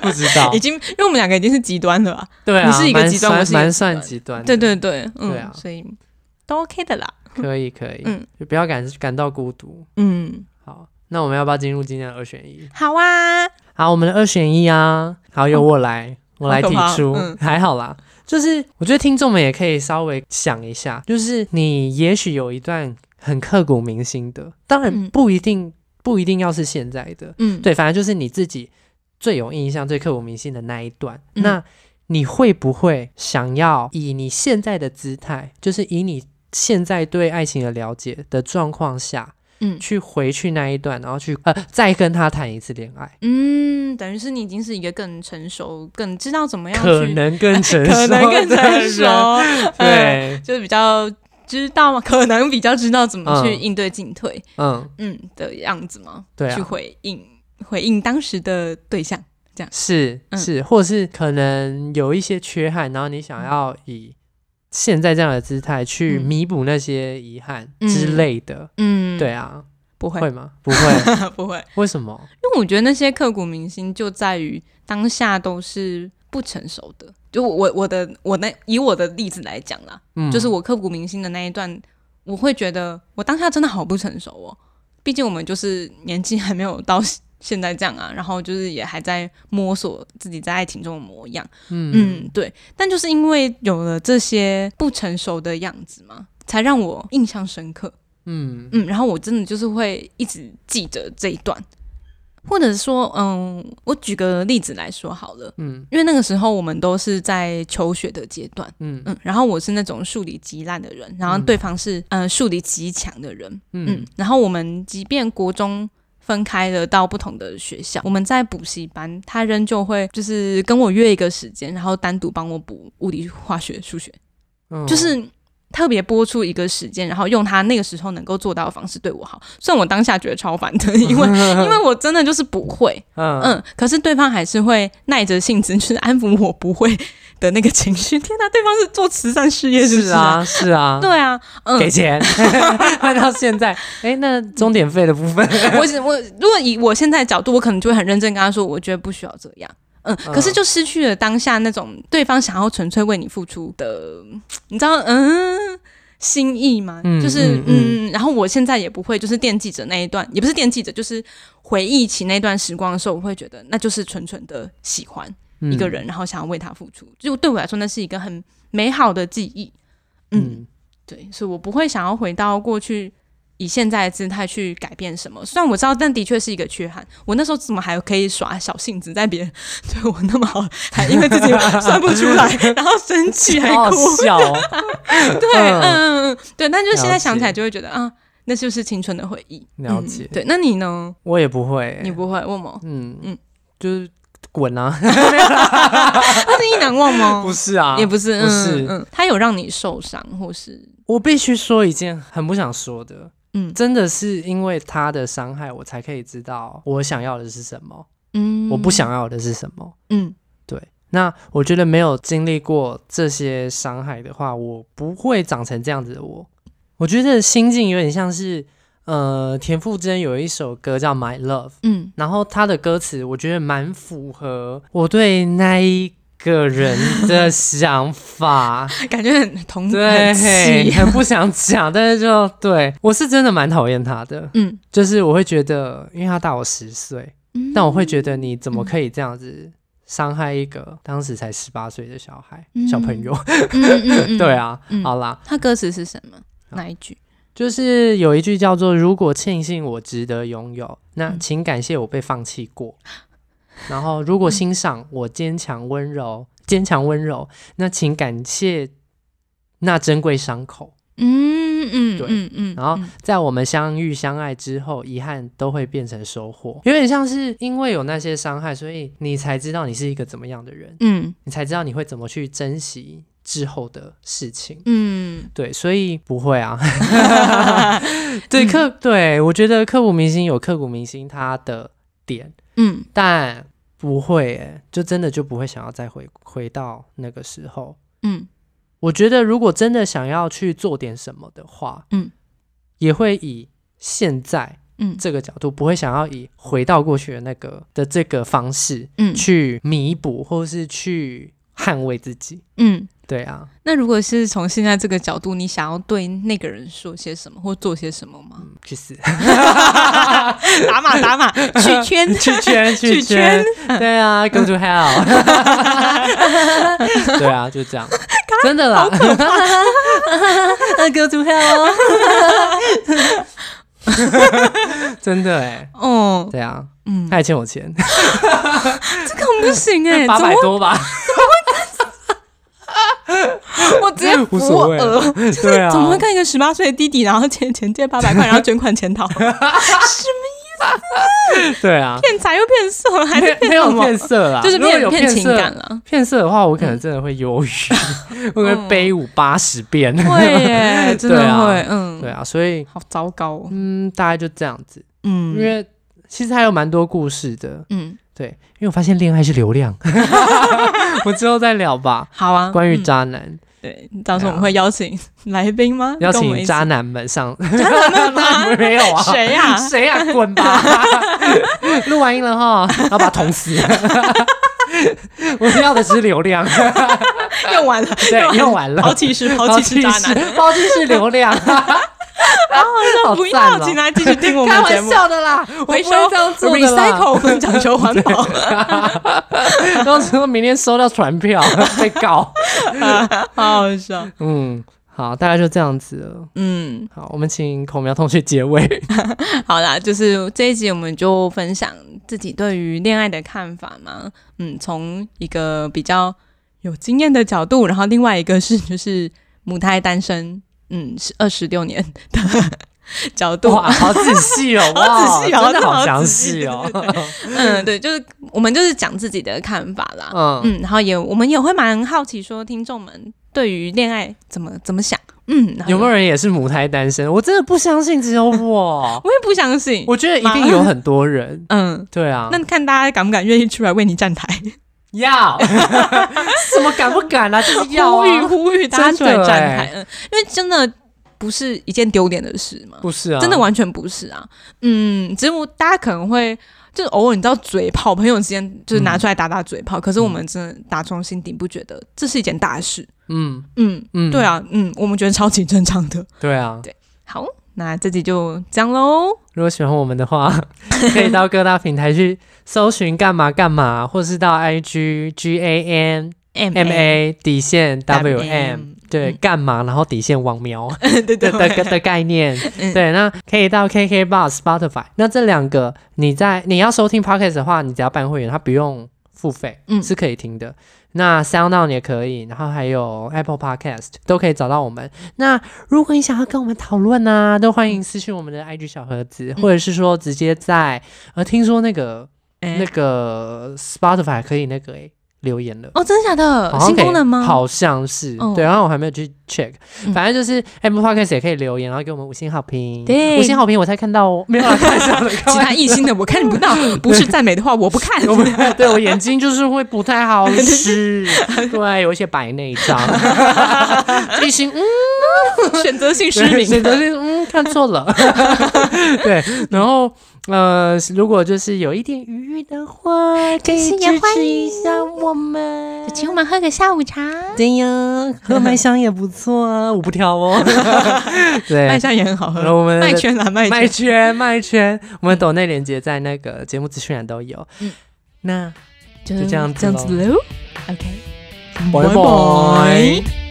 Speaker 1: 不知道
Speaker 2: 已，经因为我们两个已经是极端了啊，
Speaker 1: 对啊，
Speaker 2: 哎你是一个
Speaker 1: 蛮
Speaker 2: 极端
Speaker 1: 算
Speaker 2: 我是一个
Speaker 1: 蛮
Speaker 2: 极端
Speaker 1: 算极端的，
Speaker 2: 对对对，嗯，
Speaker 1: 对啊
Speaker 2: 所以都 OK 的啦，
Speaker 1: 可以可以，
Speaker 2: 嗯
Speaker 1: 就不要感感到孤独。
Speaker 2: 嗯，
Speaker 1: 好，那我们要不要进入今天的二选一？
Speaker 2: 好啊，
Speaker 1: 好，我们的二选一啊，好，由我来，我来提出，
Speaker 2: 嗯好可怕嗯
Speaker 1: 还好啦。就是我觉得听众们也可以稍微想一下，就是你也许有一段很刻骨铭心的，当然
Speaker 2: 嗯
Speaker 1: 不一定、不一定要是现在的，
Speaker 2: 嗯，，
Speaker 1: 对，反正就是你自己最有印象、最刻骨铭心的那一段。
Speaker 2: 嗯
Speaker 1: 那你会不会想要以你现在的姿态，就是以你现在对爱情的了解的状况下，
Speaker 2: 嗯
Speaker 1: 去回去那一段，然后去呃再跟他谈一次恋爱？
Speaker 2: 嗯，等于是你已经是一个更成熟、更知道怎么样
Speaker 1: 可
Speaker 2: 去
Speaker 1: 能更成熟，
Speaker 2: 可能更成熟，嗯，
Speaker 1: 对，
Speaker 2: 就是比较知道嘛，可能比较知道怎么去
Speaker 1: 嗯
Speaker 2: 应对进退，
Speaker 1: 嗯，
Speaker 2: 嗯的样子嘛，
Speaker 1: 对
Speaker 2: 去
Speaker 1: 啊，
Speaker 2: 回应回应当时的对象，
Speaker 1: 是
Speaker 2: 嗯
Speaker 1: 是，或是可能有一些缺憾，然后你想要以现在这样的姿态去
Speaker 2: 嗯
Speaker 1: 弥补那些遗憾之类的，
Speaker 2: 嗯，
Speaker 1: 对，啊，
Speaker 2: 不会，
Speaker 1: 会吗？不会，
Speaker 2: 不会，
Speaker 1: 为什么？
Speaker 2: 因为我觉得那些刻骨铭心就在于当下都是不成熟的，就我我的我那以我的例子来讲啦，
Speaker 1: 嗯，
Speaker 2: 就是我刻骨铭心的那一段，我会觉得我当下真的好不成熟哦。毕竟我们就是年纪还没有到现在这样啊，然后就是也还在摸索自己在爱情中的模样。
Speaker 1: 嗯
Speaker 2: 嗯，对。但就是因为有了这些不成熟的样子嘛，才让我印象深刻。
Speaker 1: 嗯
Speaker 2: 嗯，然后我真的就是会一直记着这一段，或者说，嗯，我举个例子来说好了，
Speaker 1: 嗯
Speaker 2: 因为那个时候我们都是在求学的阶段。
Speaker 1: 嗯
Speaker 2: 嗯，然后我是那种数理极烂的人，然后
Speaker 1: 嗯
Speaker 2: 对方是嗯、呃数理极强的人，嗯
Speaker 1: 嗯，
Speaker 2: 然后我们即便国中分开了到不同的学校，我们在补习班，他仍旧会就是跟我约一个时间，然后单独帮我补物理、化学、数学，
Speaker 1: 嗯，
Speaker 2: 就是特别播出一个时间，然后用他那个时候能够做到的方式对我好。虽然我当下觉得超烦的，因 为因为我真的就是不会，
Speaker 1: 嗯
Speaker 2: 嗯，可是对方还是会耐着性子去安抚我不会的那个情绪。天哪，对方是做慈善事业，是不
Speaker 1: 是啊是啊
Speaker 2: 是啊？。对啊， 嗯
Speaker 1: 给， 钱， 那到现在，哎，那钟点费的部分，
Speaker 2: 我只我如果以我现在的角度，我可能就会很认真跟他说，我觉得不需要这样。嗯，可是就失去了当下那种对方想要纯粹为你付出的，你知道，嗯，心意嘛，
Speaker 1: 嗯
Speaker 2: 就是
Speaker 1: 嗯嗯
Speaker 2: 嗯然后我现在也不会，就是惦记着那一段，也不是惦记着，就是回忆起那段时光的时候，我会觉得那就是纯纯的喜欢
Speaker 1: 嗯
Speaker 2: 一个人，然后想要为他付出，就对我来说，那是一个很美好的记忆。嗯
Speaker 1: 嗯，
Speaker 2: 对，所以我不会想要回到过去，以现在的姿态去改变什么。虽然我知道，但的确是一个缺憾。我那时候怎么还可以耍小性子，在别人对我那么好，还因为自己算不出 来，然后生
Speaker 1: 嗯，
Speaker 2: 气 还
Speaker 1: 好好
Speaker 2: 哭。
Speaker 1: 笑哦，
Speaker 2: 对，嗯嗯嗯，对。但就现
Speaker 1: 了
Speaker 2: 在想起来，
Speaker 1: 解
Speaker 2: 就会觉得啊，那就是青春的回忆。
Speaker 1: 了解
Speaker 2: 嗯。对，那你呢？
Speaker 1: 我也不会，
Speaker 2: 你不会问吗？
Speaker 1: 嗯嗯
Speaker 2: 嗯，
Speaker 1: 就是滚啊！
Speaker 2: 他是一难忘 吗？
Speaker 1: 不是啊，
Speaker 2: 哦也不是，嗯
Speaker 1: 不是
Speaker 2: 嗯嗯，他有让你受伤，或是
Speaker 1: 我必须说一件很不想说的，
Speaker 2: 嗯
Speaker 1: 真的是因为他的伤害，我才可以知道我想要的是什么，
Speaker 2: 嗯
Speaker 1: 我不，想要的是什么。
Speaker 2: 嗯
Speaker 1: 对，那我觉得没有经历过这些伤害的话，我不会长成这样子的我。我觉得心境有点像是，呃，田馥甄有一首歌叫《My Love》，
Speaker 2: 嗯
Speaker 1: 然后他的歌词我觉得蛮符合我对那一个人的想 法，
Speaker 2: 感觉很同
Speaker 1: 对
Speaker 2: 很气，
Speaker 1: 很不想讲，但是就对我是真的蛮讨厌他的，
Speaker 2: 嗯，
Speaker 1: 就是我会觉得，因为他大我十岁，
Speaker 2: 嗯
Speaker 1: 但我会觉得你怎么可以这样子伤害一个当时才十八岁的小孩、小朋友？
Speaker 2: 嗯嗯 嗯
Speaker 1: 对，啊，
Speaker 2: 嗯
Speaker 1: 好啦，
Speaker 2: 他歌词是什么？哪一句？
Speaker 1: 就是有一句叫做“如果庆幸我值得拥有，那
Speaker 2: 嗯
Speaker 1: 请感谢我被放弃过； 然后如果欣赏我坚强温柔，坚强温柔，那请感谢那珍贵伤口。
Speaker 2: 嗯嗯
Speaker 1: 对
Speaker 2: 嗯嗯，
Speaker 1: 然后
Speaker 2: 嗯
Speaker 1: 在我们相遇相爱之后，遗憾都会变成收获。有点像是因为有那些伤害，所以你才知道你是一个怎么样的人，
Speaker 2: 嗯
Speaker 1: 你才知道你会怎么去珍惜之后的事情。
Speaker 2: 嗯，
Speaker 1: 对，所以不会啊。 对刻，对我觉得刻骨铭心有刻骨铭心它的点，
Speaker 2: 嗯
Speaker 1: 但不会、欸，就真的就不会想要再回回到那个时候。
Speaker 2: 嗯
Speaker 1: 我觉得如果真的想要去做点什么的话，
Speaker 2: 嗯，
Speaker 1: 也会以现在
Speaker 2: 嗯
Speaker 1: 这个角度，不会想要以回到过去的那个的这个方式
Speaker 2: 嗯
Speaker 1: 去弥补，或是去捍卫自己。
Speaker 2: 嗯。
Speaker 1: 对啊，
Speaker 2: 那如果是从现在这个角度，你想要对那个人说些什么或做些什么 吗？
Speaker 1: 去死！
Speaker 2: 打码打码， 去圈
Speaker 1: 去 圈
Speaker 2: 去
Speaker 1: 圈
Speaker 2: 圈，嗯
Speaker 1: 对啊，Go to hell，对啊，就这样，真的啦，Go to hell，真的哎、
Speaker 2: 哦，
Speaker 1: 对啊，
Speaker 2: 嗯，
Speaker 1: 他还欠我钱，
Speaker 2: 这个很不行 哎、
Speaker 1: 八
Speaker 2: 怎
Speaker 1: 百
Speaker 2: 么
Speaker 1: 多吧，
Speaker 2: 我直接 扶
Speaker 1: 无所谓
Speaker 2: 额？
Speaker 1: 了，对啊，
Speaker 2: 怎么会看一个十八岁的弟弟，然后借钱借八百块，然后捐款潜 逃？
Speaker 1: 对啊，
Speaker 2: 骗财又骗色，还是
Speaker 1: 没没
Speaker 2: 骗什
Speaker 1: 有
Speaker 2: 么？
Speaker 1: 骗色啦，
Speaker 2: 就是
Speaker 1: 如果
Speaker 2: 骗
Speaker 1: 有
Speaker 2: 骗情
Speaker 1: 色
Speaker 2: 感嗯了。
Speaker 1: 骗色的话，我可能真的会忧郁， 我会背舞八十遍，
Speaker 2: 嗯会耶，真的
Speaker 1: 对啊
Speaker 2: 会，嗯，
Speaker 1: 对啊，所以
Speaker 2: 好糟糕哦，
Speaker 1: 嗯，大概就这样子，因
Speaker 2: 嗯
Speaker 1: 为其实还有蛮多故事的，
Speaker 2: 嗯，
Speaker 1: 对，因为我发现恋爱是流量， 我之后再聊吧。
Speaker 2: 好啊。
Speaker 1: 关于
Speaker 2: 嗯
Speaker 1: 渣男，
Speaker 2: 对，到时候我们会邀请来宾吗？
Speaker 1: 邀
Speaker 2: 跟我们
Speaker 1: 请
Speaker 2: 一起
Speaker 1: 渣男们 上， 没有啊？
Speaker 2: 谁 呀
Speaker 1: 谁呀？滚 吧！录完音了哈，然后把他捅死。 我要的是流量，
Speaker 2: 用完了，
Speaker 1: 对，用完了
Speaker 2: 抛。弃式，抛弃式渣男，
Speaker 1: 式，抛弃式流 量，好
Speaker 2: 不
Speaker 1: 赞
Speaker 2: 要，
Speaker 1: 哦
Speaker 2: 请大家继续听我们
Speaker 1: 开
Speaker 2: 的节
Speaker 1: 玩
Speaker 2: 目。
Speaker 1: 笑的啦，我不会
Speaker 2: 回收
Speaker 1: 这样做的啦
Speaker 2: recycle，我们讲求环 保。
Speaker 1: 到时候明天收到传票 被告。
Speaker 2: 好好笑。
Speaker 1: 嗯，好，大概就这样子了。
Speaker 2: 嗯，
Speaker 1: 好，我们请孔苗同学结 尾。
Speaker 2: 好啦，就是这一集我们就分享自己对于恋爱的看法嘛。嗯，从一个比较有经验的角度，然后另外一个是就是母胎单身，嗯，是二十六年的 角度。
Speaker 1: 哇，好仔细 哦，
Speaker 2: 好
Speaker 1: 哇
Speaker 2: 仔细哦
Speaker 1: 真的好
Speaker 2: 真的好
Speaker 1: 详
Speaker 2: 仔
Speaker 1: 细
Speaker 2: 细
Speaker 1: 哦。
Speaker 2: 嗯，对，就是我们就是讲自己的看法啦。
Speaker 1: 嗯，
Speaker 2: 嗯，然后也我们也会蛮好奇说听众们对于恋爱怎么怎么想。嗯，然后
Speaker 1: 有没有人也是母胎单身？我真的不相信只有 我，
Speaker 2: 我也不相信。
Speaker 1: 我觉得一定有很多人。
Speaker 2: 嗯，
Speaker 1: 对啊，
Speaker 2: 那看大家敢不敢愿意出来为你站台，
Speaker 1: 要 什么敢不敢啊？就是要
Speaker 2: 呼吁
Speaker 1: 啊，
Speaker 2: 呼吁大家出来
Speaker 1: 真的
Speaker 2: 站
Speaker 1: 欸
Speaker 2: 台，嗯，因为真的不是一件丢脸的事嘛，
Speaker 1: 不是啊，
Speaker 2: 真的完全不是啊。嗯，只是我大家可能会。就是偶尔你知道嘴炮，朋友之间就是拿出来打打嘴
Speaker 1: 嗯
Speaker 2: 炮，可是我们真的打从心底不觉得这是一件大事。
Speaker 1: 嗯
Speaker 2: 嗯，
Speaker 1: 嗯，
Speaker 2: 对，啊，嗯，我们觉得超级正常的。
Speaker 1: 对啊。
Speaker 2: 好，那这集就这样喽。
Speaker 1: 如果喜欢我们的 话，可以到各大平台去搜寻干嘛干嘛，或是到 IG G A N
Speaker 2: M
Speaker 1: M A 底线 W M 对
Speaker 2: 嗯
Speaker 1: 干嘛，然后底线网苗
Speaker 2: 对
Speaker 1: 的
Speaker 2: 对对
Speaker 1: 的的的概念。
Speaker 2: 嗯
Speaker 1: 对，那可以到 KK b o x Spotify。那这两个你在你要收听 Podcast 的话，你只要办会员，它不用付费，
Speaker 2: 嗯
Speaker 1: 是可以听的。那 Sound On 也可以，然后还有 Apple Podcast 都可以找到我们。那如果你想要跟我们讨论啊，都欢迎私讯我们的 IG 小盒子，
Speaker 2: 嗯
Speaker 1: 或者是说直接在呃，听说那个、
Speaker 2: 哎
Speaker 1: 那个 Spotify 可以那个、欸、留言了。
Speaker 2: 哦，真的假的？
Speaker 1: 好像
Speaker 2: 新
Speaker 1: 可以
Speaker 2: 功能吗？，
Speaker 1: 好像是，
Speaker 2: 嗯
Speaker 1: 对。然后我还没有去 check，
Speaker 2: 嗯
Speaker 1: 反正就是 Apple Podcast 也可以留言，然后给我们五星好评。
Speaker 2: 对
Speaker 1: 五星好评我才看到哦，没有啦开玩笑的，开
Speaker 2: 其
Speaker 1: 玩
Speaker 2: 他一星的我看不到，不是赞美的话我不看。
Speaker 1: 我们对我眼睛就是会不太好使，对，有一些白内障，一心嗯
Speaker 2: 选择性失
Speaker 1: 对
Speaker 2: 明，
Speaker 1: 选择性嗯看错了， 对，然后呃，如果就是有一点余裕的话，可以
Speaker 3: 是也
Speaker 1: 支
Speaker 3: 欢
Speaker 1: 持
Speaker 3: 迎
Speaker 1: 一下我们，
Speaker 3: 请我们喝个下午茶。
Speaker 1: 对呀，喝麦香也不错 啊，我不挑哦，对
Speaker 2: 麦。香也很好喝
Speaker 1: 然，后我们
Speaker 2: 麦圈啦，麦
Speaker 1: 麦
Speaker 2: 圈，
Speaker 1: 圈麦圈，我们抖内连接在那个节目资讯栏都有。
Speaker 2: 嗯
Speaker 1: 那
Speaker 2: 就
Speaker 1: 就这样子
Speaker 2: 这样子喽。OK，
Speaker 1: 拜拜。